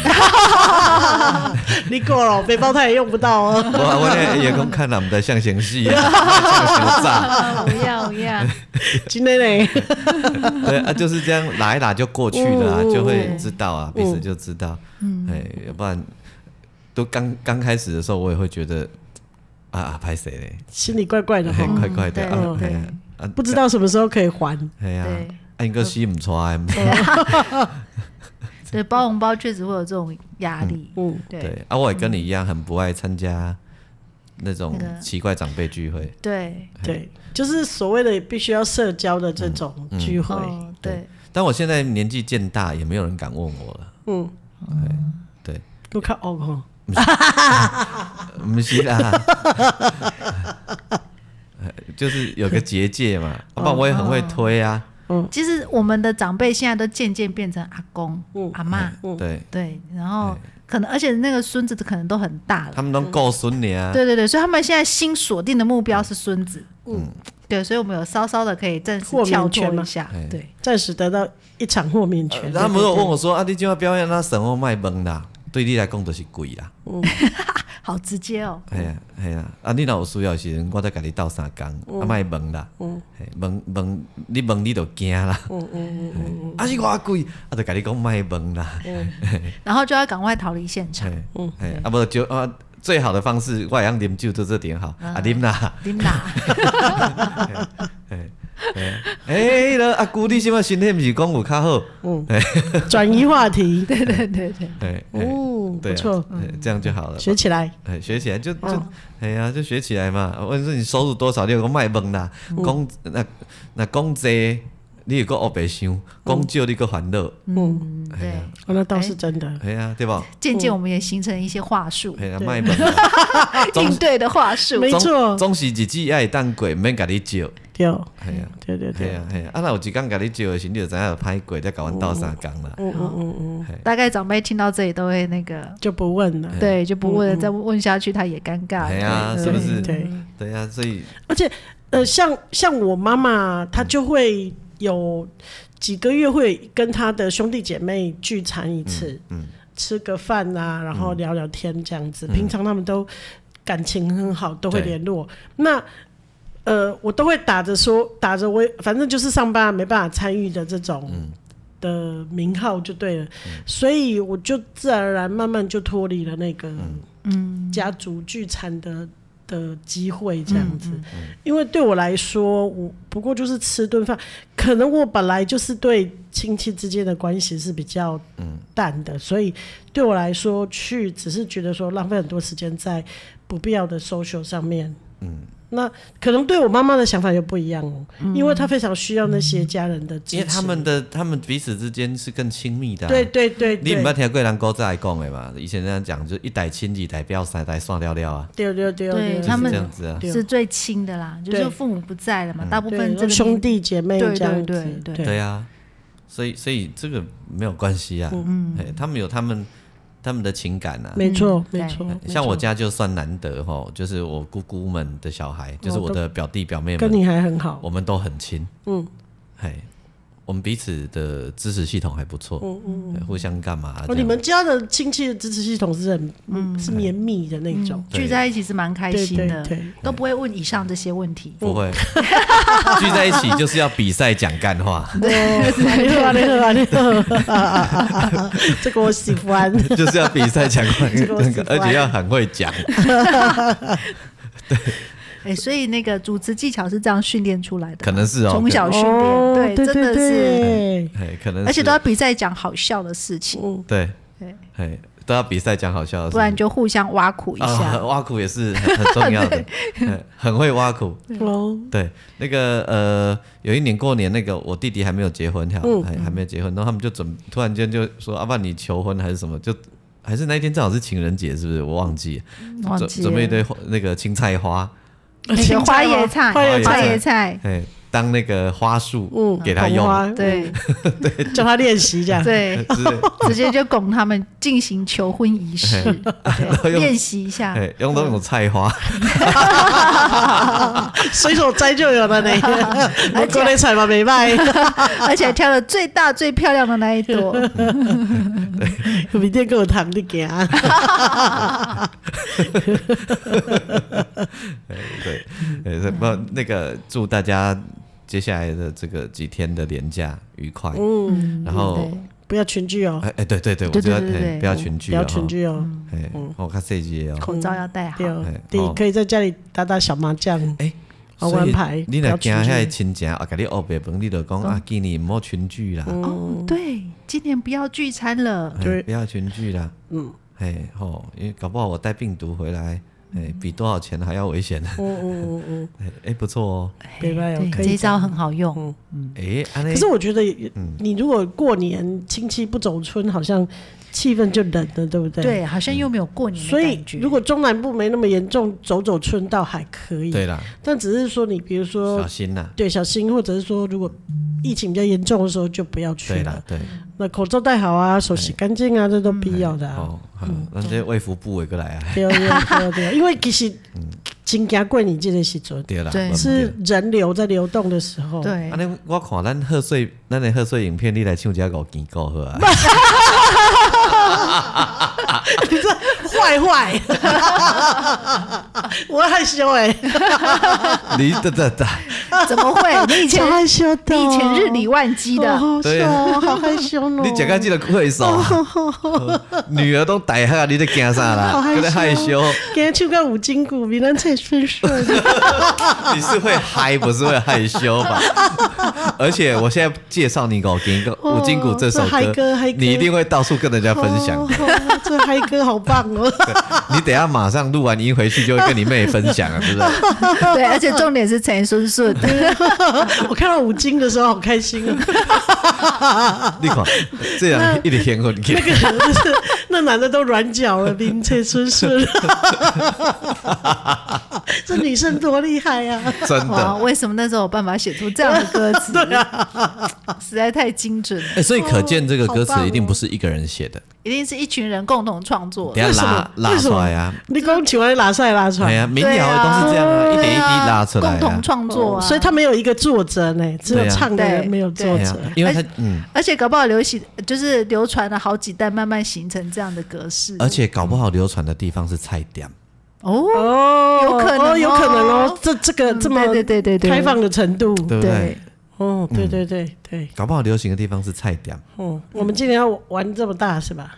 Speaker 2: 你够了，背包他也用不到
Speaker 1: [LAUGHS]
Speaker 2: 哦。
Speaker 1: 我我咧员工看了我们的象形戏啊， [LAUGHS] 象
Speaker 2: [LAUGHS]
Speaker 1: 形炸，
Speaker 3: 啊，不要不要，
Speaker 2: 今天嘞，
Speaker 1: 对啊，就是这样拉一拉就过去了、啊，
Speaker 2: 嗯
Speaker 1: 就会
Speaker 3: 对
Speaker 1: 知道啊，彼此就知道，哎，要不然都刚刚开始的时候，我也会觉得啊啊拍谁嘞，
Speaker 2: 心里怪怪的
Speaker 1: 嘿
Speaker 2: 哈，
Speaker 1: 怪怪的啊，
Speaker 3: 对
Speaker 1: 嘿啊啊
Speaker 2: 嗯不知道什么时候可以还。
Speaker 1: 系啊
Speaker 3: 对，
Speaker 1: 啊，应该吸唔出来，
Speaker 3: 对，包红包确实会有这种压力，
Speaker 2: 嗯，
Speaker 3: 对嗯
Speaker 1: 对啊，我也跟你一样，很不爱参加那种
Speaker 3: 那个
Speaker 1: 奇怪长辈聚会，
Speaker 3: 对，
Speaker 2: 对，就是所谓的必须要社交的这种
Speaker 1: 嗯
Speaker 2: 聚会。
Speaker 3: 哦对，
Speaker 1: 但我现在年纪渐大，也没有人敢问我了，
Speaker 2: 嗯，
Speaker 1: 对，
Speaker 2: 都看哦吼，
Speaker 3: 啊
Speaker 1: 不是
Speaker 3: [LAUGHS]
Speaker 1: 啦。呃就是有个结界嘛，
Speaker 3: 哦
Speaker 1: 要不然我也很会推啊。
Speaker 2: 嗯
Speaker 3: 其实我们的长辈现在都渐渐变成阿公、
Speaker 2: 嗯
Speaker 3: 阿妈，
Speaker 1: 嗯对，
Speaker 3: 对，然后可能而且那个孙子可能都很大了
Speaker 1: 他，们都够孙你啊。
Speaker 3: 对对对，所以他们现在新锁定的目标是孙子，嗯，对，所以我们有稍稍的可以暂时
Speaker 2: 豁免
Speaker 3: 跳
Speaker 2: 权
Speaker 3: 脱
Speaker 2: 嘛
Speaker 3: 一下
Speaker 1: 哎，
Speaker 3: 对，
Speaker 2: 暂时得到一场豁免权。
Speaker 1: 他们如果问我说：“啊，你今晚表演那神话卖萌啦，对你来讲就是贵啦。
Speaker 3: 好直接哦，”
Speaker 1: 哎呀，哎呀，啊，你若有需要的时阵，我再甲你斗相
Speaker 2: 嗯
Speaker 1: 共，啊，卖问啦，嘿问问你问你就惊啦。
Speaker 2: 嗯
Speaker 1: 啊，是偌贵，啊，就甲你讲卖问啦。
Speaker 2: 嗯
Speaker 1: 哎
Speaker 3: 然后就要赶快逃离现场。
Speaker 1: 嘿嘿啊，无就啊，最好的方式，我会用啉酒做这点好，啊，
Speaker 2: [LAUGHS]
Speaker 1: 啉啦。
Speaker 3: 琳达，
Speaker 1: [LAUGHS] 哎，那阿姑，你即摆身体毋是讲有较好？
Speaker 2: 嗯转移话题，
Speaker 3: [LAUGHS] 对对对对，
Speaker 1: 哎，哎
Speaker 2: 嗯，
Speaker 1: 对
Speaker 2: 不
Speaker 1: 啊，
Speaker 2: 错，嗯
Speaker 1: 哎这样就好了。
Speaker 2: 学起来。
Speaker 1: 哎，学起来就
Speaker 2: 嗯
Speaker 1: 就，哎呀，就学起来嘛。我问说你收入多少，你有个卖萌啦，
Speaker 2: 嗯
Speaker 1: 讲那那讲这，你有个黑白想，讲少你个烦恼，
Speaker 2: 嗯，
Speaker 3: 嗯
Speaker 1: 哎呀
Speaker 3: 对，
Speaker 2: 哦那倒是真的。
Speaker 1: 哎呀，对吧？
Speaker 3: 渐
Speaker 2: 嗯
Speaker 3: 渐我们也形成一些话术
Speaker 1: 哎，呀，卖
Speaker 2: [LAUGHS]
Speaker 1: 萌啦，哎总
Speaker 3: 应对的话术
Speaker 2: 没，
Speaker 1: 总
Speaker 2: 错
Speaker 1: 总是日子爱当过，毋免甲你借。
Speaker 2: 对，哦
Speaker 1: 哎呀，
Speaker 2: 对对
Speaker 1: 哎
Speaker 2: 对，
Speaker 1: 呀，哎呀，啊，若有一天甲你借的时候，你就知影歹过，再甲阮斗相共啦。
Speaker 2: 嗯嗯嗯嗯，
Speaker 1: 哎
Speaker 3: 大概长辈听到这里都会那个，
Speaker 2: 就不问了。
Speaker 3: 对，就不问
Speaker 2: 嗯
Speaker 3: 了，再问下去他也尴尬，
Speaker 1: 哎呀，
Speaker 3: 对
Speaker 1: 哎是不是？
Speaker 2: 对，
Speaker 1: 对呀，所以
Speaker 2: 而且呃，像像我妈妈，
Speaker 1: 嗯
Speaker 2: 她就会有几个月会跟她的兄弟姐妹聚餐一次，
Speaker 1: 嗯
Speaker 2: 吃个饭啊，然后聊聊天这样子。平常他们都感情很好，都会
Speaker 1: 对
Speaker 2: 联络。那呃，我都会打着说，打着我反正就是上班啊没办法参与的这种。
Speaker 1: 嗯
Speaker 2: 的名号就对了，所以我就自然而然慢慢就脱离了那个嗯家族聚餐的的机会这样子，因为对我来说，我不过就是吃顿饭，可能我本来就是对亲戚之间的关系是比较
Speaker 1: 嗯
Speaker 2: 淡的，所以对我来说去只是觉得说浪费很多时间在不必要的 social 上面，嗯。那可能对我妈妈的想法又不一样哦，
Speaker 3: 嗯
Speaker 2: 因为她非常需要那些家人的支持，
Speaker 1: 因为他们的他们彼此之间是更亲密的啊。
Speaker 2: 对对对
Speaker 1: 你
Speaker 2: 对，
Speaker 1: 毋捌听过人古早来讲的嘛？以前这样讲，就一代亲，二代表，三代算了了啊，
Speaker 2: 对对对
Speaker 3: 对
Speaker 2: 对
Speaker 1: 就
Speaker 3: 他
Speaker 1: 是
Speaker 3: 们
Speaker 1: 这样子啊。嗯
Speaker 2: 对
Speaker 3: 是最亲的啦，就是
Speaker 2: 对
Speaker 3: 父母不在了嘛，大部
Speaker 2: 对
Speaker 3: 分这个
Speaker 2: 兄
Speaker 3: 年
Speaker 2: 弟姐妹
Speaker 3: 对
Speaker 2: 这样子，
Speaker 3: 对对对
Speaker 1: 对啊，所以所以这个没有关系啊，嗯，他们有他们他们的情感啊。
Speaker 2: 没错
Speaker 3: 嗯
Speaker 2: 没错
Speaker 3: 对，
Speaker 2: 没错
Speaker 1: 像我家就算难得哈，就是我姑姑们的小孩，就是我的表弟表妹
Speaker 2: 哦跟
Speaker 1: 们，
Speaker 2: 你还很好，
Speaker 1: 我们都很亲，
Speaker 2: 嗯
Speaker 1: 嘿，我们彼此的支持系统还不错，
Speaker 2: 嗯嗯。
Speaker 1: 嘿互相干嘛啊？
Speaker 2: 哦，
Speaker 1: 这
Speaker 2: 你
Speaker 1: 样
Speaker 2: 们家的亲戚的支持系统是很嗯是绵密的那种，
Speaker 1: 对
Speaker 3: 聚在一起是蛮嗯开
Speaker 2: 对
Speaker 3: 心
Speaker 2: 对
Speaker 3: 的，
Speaker 2: 对，
Speaker 3: 都不会问以上这些问题。
Speaker 2: 嗯
Speaker 1: 不会聚在一起就是要比赛讲干
Speaker 2: [LAUGHS]
Speaker 1: 话。
Speaker 2: 对，你好啊，你好啊，你好啊啊啊啊啊啊，这个我喜欢，
Speaker 1: 就是要比赛讲话
Speaker 2: 这个我
Speaker 1: 那个
Speaker 2: 喜，欢
Speaker 1: [LAUGHS] 而且要很会讲。
Speaker 3: 哎，所以那个主持技巧是这样训练出来的，
Speaker 1: 可能是哦
Speaker 3: 从小训
Speaker 2: 哦
Speaker 3: 练，
Speaker 2: 对
Speaker 3: 真的
Speaker 2: 对
Speaker 3: 是，
Speaker 2: 对，
Speaker 1: 哎，可能是
Speaker 3: 而且都要比赛讲好笑的事情，
Speaker 2: 嗯，
Speaker 1: 对
Speaker 3: 对，
Speaker 1: 哎都要比赛讲好笑的事，
Speaker 3: 不然就互相挖苦一
Speaker 1: 啊 [LAUGHS]
Speaker 3: 下。
Speaker 1: 挖苦也是很很
Speaker 3: [LAUGHS]
Speaker 1: 重要的，嗯很会挖苦。
Speaker 2: 哦，
Speaker 1: 对，那个呃，有一年过年，那个我弟弟还没有结婚，哈，
Speaker 3: 嗯
Speaker 1: 还还没有结婚，然后他们就准突然间就说阿爸你求婚还是什么，就还是那一天正好是情人节，是不是？我忘记了
Speaker 3: 忘
Speaker 1: 准
Speaker 3: 记
Speaker 1: 准备一
Speaker 3: 了
Speaker 1: 堆花那个青菜花，
Speaker 3: 那个花椰菜，
Speaker 2: 花椰
Speaker 1: 菜
Speaker 3: 花椰菜，
Speaker 1: 哎，当那个花束，
Speaker 2: 嗯，
Speaker 1: 给他
Speaker 2: 捧
Speaker 1: 用
Speaker 2: 花，
Speaker 3: 对
Speaker 2: 嗯，叫他练习这样。
Speaker 1: [LAUGHS]
Speaker 3: 对，
Speaker 1: 之类，
Speaker 3: 直接就拱他们进行求婚仪
Speaker 1: [LAUGHS]
Speaker 3: 式，对
Speaker 1: 哎用
Speaker 3: 练习一下。
Speaker 1: 哎，用那种菜花，
Speaker 2: [LAUGHS] 随手摘就有
Speaker 3: [LAUGHS]
Speaker 2: 了呢，我国内采嘛没卖，
Speaker 3: 而且还挑了最大最漂亮的那一朵，
Speaker 2: 明天跟我谈的给啊，
Speaker 1: 哎对，哎，是不那个祝大家接下来的这个几天的连假愉快，
Speaker 2: [LAUGHS] 嗯，
Speaker 1: 然后
Speaker 2: 不要群聚哦，
Speaker 1: 哎哎，对对对，我
Speaker 3: 对
Speaker 1: 觉
Speaker 3: 对
Speaker 1: 得
Speaker 3: 对对
Speaker 1: 哎
Speaker 3: 对
Speaker 1: 不要群聚，
Speaker 2: 不要群，聚哦，
Speaker 3: 嗯
Speaker 1: 哎，我看这集哦，
Speaker 3: 口罩要戴好
Speaker 2: 对。哦
Speaker 1: 哎，
Speaker 2: 第一
Speaker 1: 哦
Speaker 2: 可以在家里打打小麻将，
Speaker 1: 哎，
Speaker 2: 好
Speaker 1: 所以
Speaker 2: 玩牌
Speaker 1: 你
Speaker 2: 不要
Speaker 1: 若惊
Speaker 2: 群聚
Speaker 1: 遐亲戚啊，甲你学白本，你就讲啊，今年莫群聚啦，
Speaker 3: 哦，对，今年不要聚餐了。
Speaker 1: 哎
Speaker 2: 嗯对
Speaker 1: 不要群聚啦，嗯，哎吼，因为搞不好我带病毒回来，哎，比多少钱还要危险呢，
Speaker 2: 嗯嗯嗯
Speaker 1: 哎 [LAUGHS] 哎，不错哦，
Speaker 2: 嗯，没办
Speaker 3: 对，
Speaker 2: 法，可
Speaker 3: 这一
Speaker 2: 以。嗯
Speaker 3: 招很好用。
Speaker 1: 哎，嗯安
Speaker 2: 可
Speaker 1: 尼
Speaker 2: 是我觉得，你如果过年亲戚不走春，好像气氛就冷了，对不对？。
Speaker 3: 对，好像又没有过年的
Speaker 2: 所以
Speaker 3: 感觉。，
Speaker 2: 如果中南部没那么严重，走走春倒还可以。
Speaker 1: 对啦，
Speaker 2: 但只是说，你比如说
Speaker 1: 小，心啦，
Speaker 2: 对小心，或者是说，如果疫情比较严重的时候，就不要去
Speaker 1: 对啦
Speaker 2: 了。，
Speaker 1: 对，
Speaker 2: 那口罩戴好啊，手洗干净啊，这都必要的啊。
Speaker 1: 好，好，咱这卫福部围过来啊，
Speaker 2: 对对对
Speaker 1: [LAUGHS]
Speaker 2: 对，因为其实
Speaker 1: 嗯
Speaker 2: 金家贵你这个时准
Speaker 1: 对啦，
Speaker 3: 对
Speaker 1: 没问题
Speaker 2: 是人流在流动的时候，
Speaker 3: 对
Speaker 2: [LAUGHS]
Speaker 1: 安，尼我看咱贺岁，咱的贺岁影片，你来唱一下五件歌好啊？
Speaker 2: 坏坏， [LAUGHS] 我害羞哎、
Speaker 1: 你哒哒哒，
Speaker 3: 怎么会？你
Speaker 2: [LAUGHS]
Speaker 3: 以前
Speaker 2: 超害羞的、
Speaker 3: 你以前日理万机
Speaker 2: 哦，
Speaker 3: 的，
Speaker 2: 好
Speaker 1: 对
Speaker 2: 笑哦，好害羞哦，
Speaker 1: 你讲个记得挥手啊，女儿都逮下，你在惊啥
Speaker 2: 好
Speaker 1: 啦？
Speaker 2: 害羞
Speaker 1: 有点害羞，
Speaker 2: 给他去个五金股，比咱才顺顺，
Speaker 1: 你是会嗨，不是会害羞吧？而且我现在介绍你五金歌，
Speaker 2: 哦
Speaker 1: 五金鼓这首
Speaker 2: 这嗨歌
Speaker 1: 歌
Speaker 2: 嗨，歌
Speaker 1: 你一定会到处跟人家分享
Speaker 2: 哦。哦这嗨歌好棒哦， [LAUGHS]
Speaker 1: 你等一下马上录完音回去就会跟你妹分享了，对不
Speaker 3: [LAUGHS]
Speaker 1: 对？
Speaker 3: 对，而且重点是陈顺
Speaker 2: [LAUGHS]
Speaker 3: 顺，
Speaker 2: 我看到五金的时候好开心哦，
Speaker 1: 你看这样一直天昏去
Speaker 2: 那。个人就是那男的都软脚了，比才顺
Speaker 1: [LAUGHS]
Speaker 2: 顺，这女生多厉害啊！
Speaker 1: 真
Speaker 3: 哇，
Speaker 1: 的。
Speaker 3: 哦为什么那时候有办法写出这样的歌
Speaker 2: [LAUGHS]
Speaker 3: 词？
Speaker 2: 啊
Speaker 3: 实在太精准了，
Speaker 1: [LAUGHS] 哎、所以可见这个歌词
Speaker 2: 哦好棒哦
Speaker 1: 一定不是一个人写的，
Speaker 3: 一定是一群人共同创作的。
Speaker 1: 等一下
Speaker 2: 么
Speaker 1: 拉拉
Speaker 2: 为什
Speaker 1: 出
Speaker 2: 么
Speaker 1: 来啊，
Speaker 2: 你光喜欢拉塞拉出
Speaker 1: 哎
Speaker 2: 来，
Speaker 1: 呀，民
Speaker 3: 对
Speaker 1: 谣
Speaker 3: 啊
Speaker 1: 都是这样啊，一点一滴拉出来、啊，
Speaker 3: 共同创作啊，
Speaker 2: 哦所以他没有一个作者呢，只有
Speaker 1: 对啊
Speaker 2: 唱的人
Speaker 3: 对
Speaker 2: 没有作
Speaker 1: 哎
Speaker 2: 者
Speaker 1: 呀。因为
Speaker 3: 而
Speaker 1: 它嗯，
Speaker 3: 而且搞不好流行就是流传了好几代，慢慢形成这样的格式。
Speaker 2: 呃
Speaker 1: 而且搞不好流传的地方是菜点，
Speaker 3: 哦，
Speaker 2: 哦
Speaker 3: 有可能哦
Speaker 2: 哦，有可能哦，这这个
Speaker 3: 嗯
Speaker 2: 这么
Speaker 3: 对对对对对
Speaker 2: 开放的程度，
Speaker 1: 对不对？
Speaker 3: 对，
Speaker 2: 哦，对对对对，
Speaker 1: 搞不好流行的地方是菜点，
Speaker 2: 嗯，我们今年要玩这么大是吧？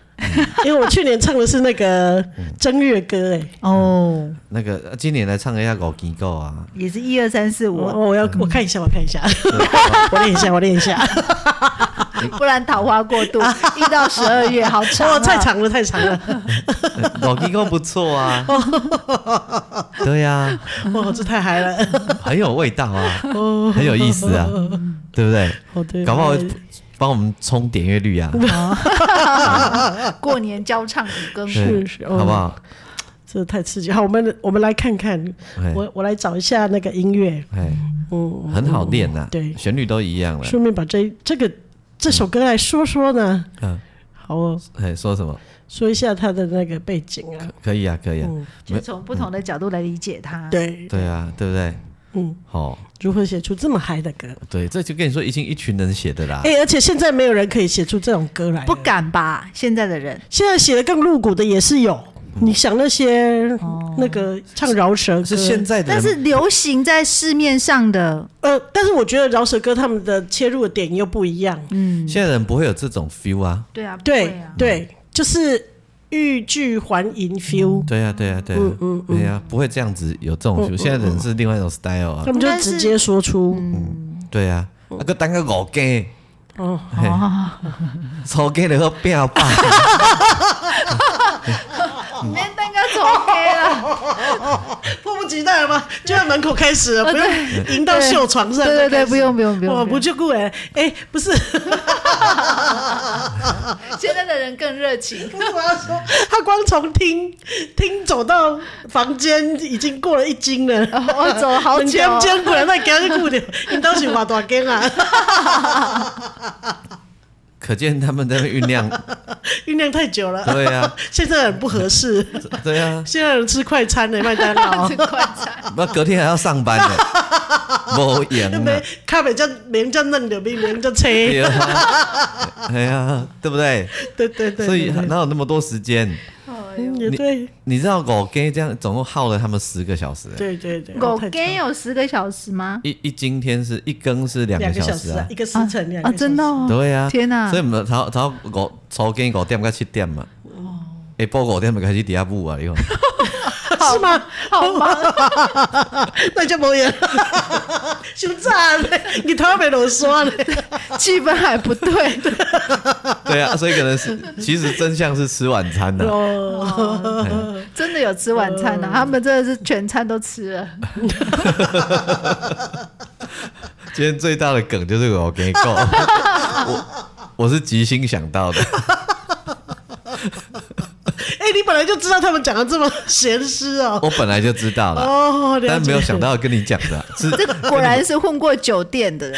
Speaker 2: 因为我去年唱的是那个正月歌，哎，
Speaker 3: 哦，
Speaker 1: 那个呃今年来唱一下《五鸡狗》啊， [LAUGHS]
Speaker 3: 也是一二三四
Speaker 2: 我
Speaker 3: 五，
Speaker 2: 我要我看一下，我看一下，我练一下，我练一下，
Speaker 3: 不然桃花过度，一到十二月好长
Speaker 2: [LAUGHS]
Speaker 3: 啊，
Speaker 2: 哦，太长了，太长了，
Speaker 1: 《五鸡狗》不
Speaker 2: [LAUGHS]
Speaker 1: 错啊，对呀、
Speaker 2: 哦，这太嗨了，
Speaker 1: 很有味道啊，很有意思啊，对不对？
Speaker 2: 哦对，
Speaker 1: 搞不好会帮我们冲点阅率啊，
Speaker 3: 过年交唱五更，
Speaker 1: 对
Speaker 2: 是是哦
Speaker 1: 好不好？
Speaker 2: 这太刺激。好，我们我们来看看，
Speaker 1: 哎
Speaker 2: 我我来找一下那个音乐，
Speaker 1: 哎，
Speaker 2: 嗯，
Speaker 1: 很好练呐、
Speaker 2: 对
Speaker 1: 旋律都一样了。
Speaker 2: 顺便把这这个这首歌来说说呢，
Speaker 1: 嗯，
Speaker 2: 好哦，
Speaker 1: 哎，说什么？
Speaker 2: 说一下它的那个背景啊，
Speaker 1: 可以啊，可以啊，
Speaker 2: 嗯，
Speaker 3: 就从不同的角度来理解它。，
Speaker 2: 对，
Speaker 1: 对啊，对不对？
Speaker 2: 嗯，
Speaker 1: 好、
Speaker 2: 如何写出这么嗨的歌？
Speaker 1: 对，这就跟你说，已经一群人写的啦。
Speaker 2: 哎、而且现在没有人可以写出这种歌来了，
Speaker 3: 不敢吧？现在的人
Speaker 2: 现在写的更露骨的也是有，你想那些那个唱饶舌歌，
Speaker 1: 是现在的
Speaker 3: 但
Speaker 1: 人，
Speaker 3: 是流行在市面上的，
Speaker 2: 呃，但是我觉得饶舌歌他们的切入的点又不一样，
Speaker 3: 嗯，
Speaker 1: 现在人不会有这种 feel 啊。
Speaker 3: 对啊，不
Speaker 2: 对
Speaker 3: 会啊，
Speaker 2: 对，就是欲拒还迎 feel，
Speaker 1: 对啊，对啊，对
Speaker 2: 嗯
Speaker 1: 啊，对啊，不会这样子有这种 feel。现在人是另外一种 style 啊
Speaker 2: 他。们就
Speaker 3: 但是
Speaker 2: 直接说出，
Speaker 1: 对啊，那个当个五更，
Speaker 2: 嗯哦，
Speaker 3: 哦，
Speaker 1: 初更就好变
Speaker 2: [LAUGHS]
Speaker 1: 好棒。
Speaker 3: 免等个从 K 了，
Speaker 2: 迫不及待了吗？就在门口开始了，不用迎到秀床上，欸
Speaker 3: 对对对，不。用不用不
Speaker 2: 我
Speaker 3: 用，
Speaker 2: 不就顾哎哎，不是，
Speaker 3: 现在的人更热情。
Speaker 2: 不是我要说，他光从厅厅走到房间，已经过了一斤了。
Speaker 3: 哦我走了好
Speaker 2: 很
Speaker 3: 久，
Speaker 2: 尖，尖过来，那今日顾着，因都是画大间啊，
Speaker 1: 可见他们在酝酿，
Speaker 2: 酝酿太久了，
Speaker 1: 对啊，
Speaker 2: 现在很不合适。
Speaker 1: 对啊，
Speaker 2: 现在人吃快餐呢，麦当劳
Speaker 3: 快餐。
Speaker 1: [LAUGHS] 那隔天还要上班
Speaker 2: [LAUGHS]
Speaker 1: 呢，无
Speaker 2: 那
Speaker 1: 赢
Speaker 2: 没
Speaker 1: 啊，
Speaker 2: 咖啡叫名叫嫩柳冰，名叫
Speaker 1: 对
Speaker 2: 切，
Speaker 1: 啊，哎呀，对不对？
Speaker 2: 对对对，
Speaker 1: 所以
Speaker 2: 对
Speaker 1: 哪有那么多时间？
Speaker 3: 哎
Speaker 2: 对
Speaker 3: 呦
Speaker 2: 嗯也对，
Speaker 1: 你知道狗跟这样总共耗了他们十个小时，欸
Speaker 2: 对对对，
Speaker 3: 狗
Speaker 2: 太
Speaker 3: 跟
Speaker 2: 长
Speaker 3: 有十个小时吗？
Speaker 1: 一一今天是一更是两
Speaker 2: 两
Speaker 1: 个
Speaker 2: 个
Speaker 1: 小
Speaker 2: 小
Speaker 1: 时
Speaker 2: 时
Speaker 1: 啊
Speaker 2: 啊，，一个时辰两个
Speaker 3: 啊，真的
Speaker 2: 小时，
Speaker 3: 哦！
Speaker 1: 对啊，
Speaker 3: 天哪
Speaker 1: 所！以我们头头五从跟五点到七点嘛，哎下晡五点就开始底下舞啊，你看。 [LAUGHS]
Speaker 2: 是吗？
Speaker 3: 好忙，
Speaker 2: 那就无用，熊炸嘞，你头没落刷嘞，
Speaker 3: 气氛还不对。
Speaker 1: 对啊，所以可能是其实真相是吃晚餐啊的、
Speaker 2: 哦，
Speaker 3: 哦
Speaker 1: 哎
Speaker 3: 真的有吃晚餐的、他们真的是全餐都吃了。
Speaker 1: 今天最大的梗就是我
Speaker 2: [LAUGHS]
Speaker 1: 给你够，我我是即兴想到的，
Speaker 2: 哎，你本来就知道他们讲的这么咸湿哦，
Speaker 1: 我本来就知道了，
Speaker 2: 哦，了
Speaker 1: 但
Speaker 2: 解
Speaker 1: 没有想到跟你讲的，
Speaker 2: [LAUGHS]
Speaker 1: 是
Speaker 3: 这个果然是混过酒店的人，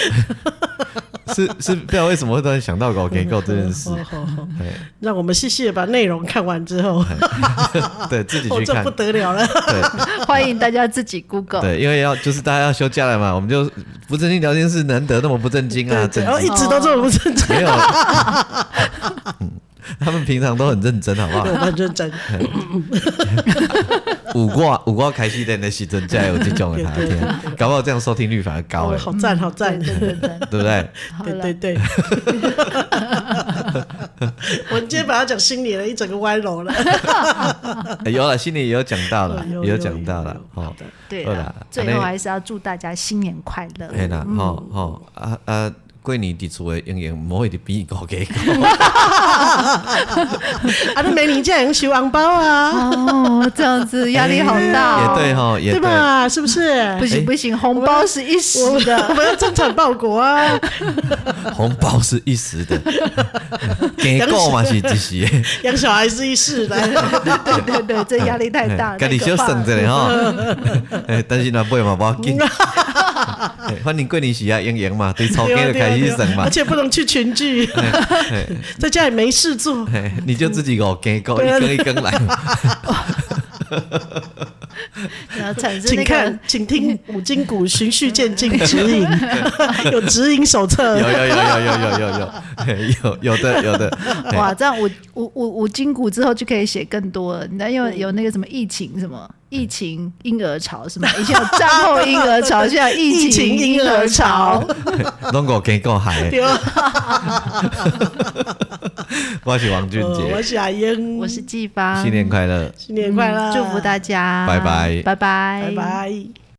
Speaker 1: 是是，不知道为什么会突然想到我给够这件事
Speaker 2: 好，好好
Speaker 1: 哎
Speaker 2: 哦让我们细细的把内容看完之后，
Speaker 1: 对自己
Speaker 2: 哦，
Speaker 1: 去
Speaker 2: 这
Speaker 1: 哎看
Speaker 2: 不，得了了， [LAUGHS]
Speaker 1: 对。
Speaker 3: 欢迎大家自己 Google。
Speaker 1: 对，因为要就是大家要休假了嘛，我们就不正经聊天室难得那么不正经啊，
Speaker 2: 对，
Speaker 1: 正
Speaker 2: 然后一
Speaker 1: 经
Speaker 2: 直都这么不正常，
Speaker 1: 没有。嗯，他们平常都很认真，好不好
Speaker 2: 对？我很认
Speaker 1: [LAUGHS]
Speaker 2: 真，
Speaker 1: 五挂五挂开戏的那戏真加有这种的，他
Speaker 2: 对对
Speaker 1: 天啊，搞不好这样收听率反而高
Speaker 2: 哦
Speaker 1: 哎，
Speaker 2: 好赞，好赞，
Speaker 3: 对
Speaker 2: [LAUGHS]
Speaker 3: 对对，
Speaker 1: [LAUGHS] 对不对？
Speaker 3: 好
Speaker 2: 对
Speaker 3: 了
Speaker 2: 对， [LAUGHS] 对。我们今天把它讲心里了，一整个歪楼了。 [LAUGHS]
Speaker 1: 哎有了，心里也有讲到了，
Speaker 2: 有
Speaker 1: 也讲到了，哦，
Speaker 3: 对
Speaker 1: 好
Speaker 3: 了
Speaker 1: 啦，
Speaker 3: 最后还是嗯要祝大家新年快乐。
Speaker 1: 嘿啦，吼吼啊啊，过年伫厝的永远唔会伫比五给高，
Speaker 2: 啊，那梅林竟然收红包啊，
Speaker 3: 哦，这样子压力好大、哦。
Speaker 1: 哎也对 [LAUGHS] 哈，也
Speaker 2: 对
Speaker 1: 对，哎
Speaker 2: 吧？是不是
Speaker 3: 不？行不行，红包是一时
Speaker 2: 我们
Speaker 3: 的，
Speaker 2: 我们要增产报国啊！
Speaker 1: 红包是一时
Speaker 3: [LAUGHS]
Speaker 1: 的，给够嘛是一时的。
Speaker 2: 养小孩是一世的，
Speaker 3: 对对对，这压力太大了，
Speaker 1: 哎家己
Speaker 3: 太可
Speaker 1: 小
Speaker 3: 怕嗯
Speaker 1: 省
Speaker 3: 了
Speaker 1: 着咧吼。哎，但是若买嘛无要紧，哎反正过年时啊，用用嘛，对草
Speaker 2: 啊
Speaker 1: 根就开始省嘛
Speaker 2: 而。且不能去群聚，在家里没事做，
Speaker 1: 哎你就自己五根够一
Speaker 2: 对啊
Speaker 1: 根一根来，
Speaker 3: 然后产生
Speaker 2: 请
Speaker 3: 那
Speaker 2: 看
Speaker 3: 个，
Speaker 2: 请
Speaker 3: [LAUGHS]
Speaker 2: 听五金股循序渐进指引，有指引手册
Speaker 1: 有。有有有有有有有哎有有的有的，哎
Speaker 3: 哇，这样五五五五筋骨之后就可以写更多了。你知道，因为有那个什么疫情什么疫情婴儿潮是吗？以前有战后婴儿潮，现在有
Speaker 2: 疫
Speaker 3: 情
Speaker 2: 情婴
Speaker 3: 婴
Speaker 2: 儿
Speaker 3: 潮
Speaker 2: 潮，
Speaker 1: 拢五根够害的。
Speaker 2: 对，
Speaker 1: 我是王俊
Speaker 3: 哦
Speaker 2: 呃我
Speaker 1: 杰，
Speaker 2: 是阿英，
Speaker 3: 我是季芳，嗯
Speaker 1: 新年快乐。
Speaker 2: 新年快乐，
Speaker 3: 祝福大
Speaker 2: 家，
Speaker 3: 家，
Speaker 1: 拜拜
Speaker 3: 拜拜，
Speaker 2: 拜拜。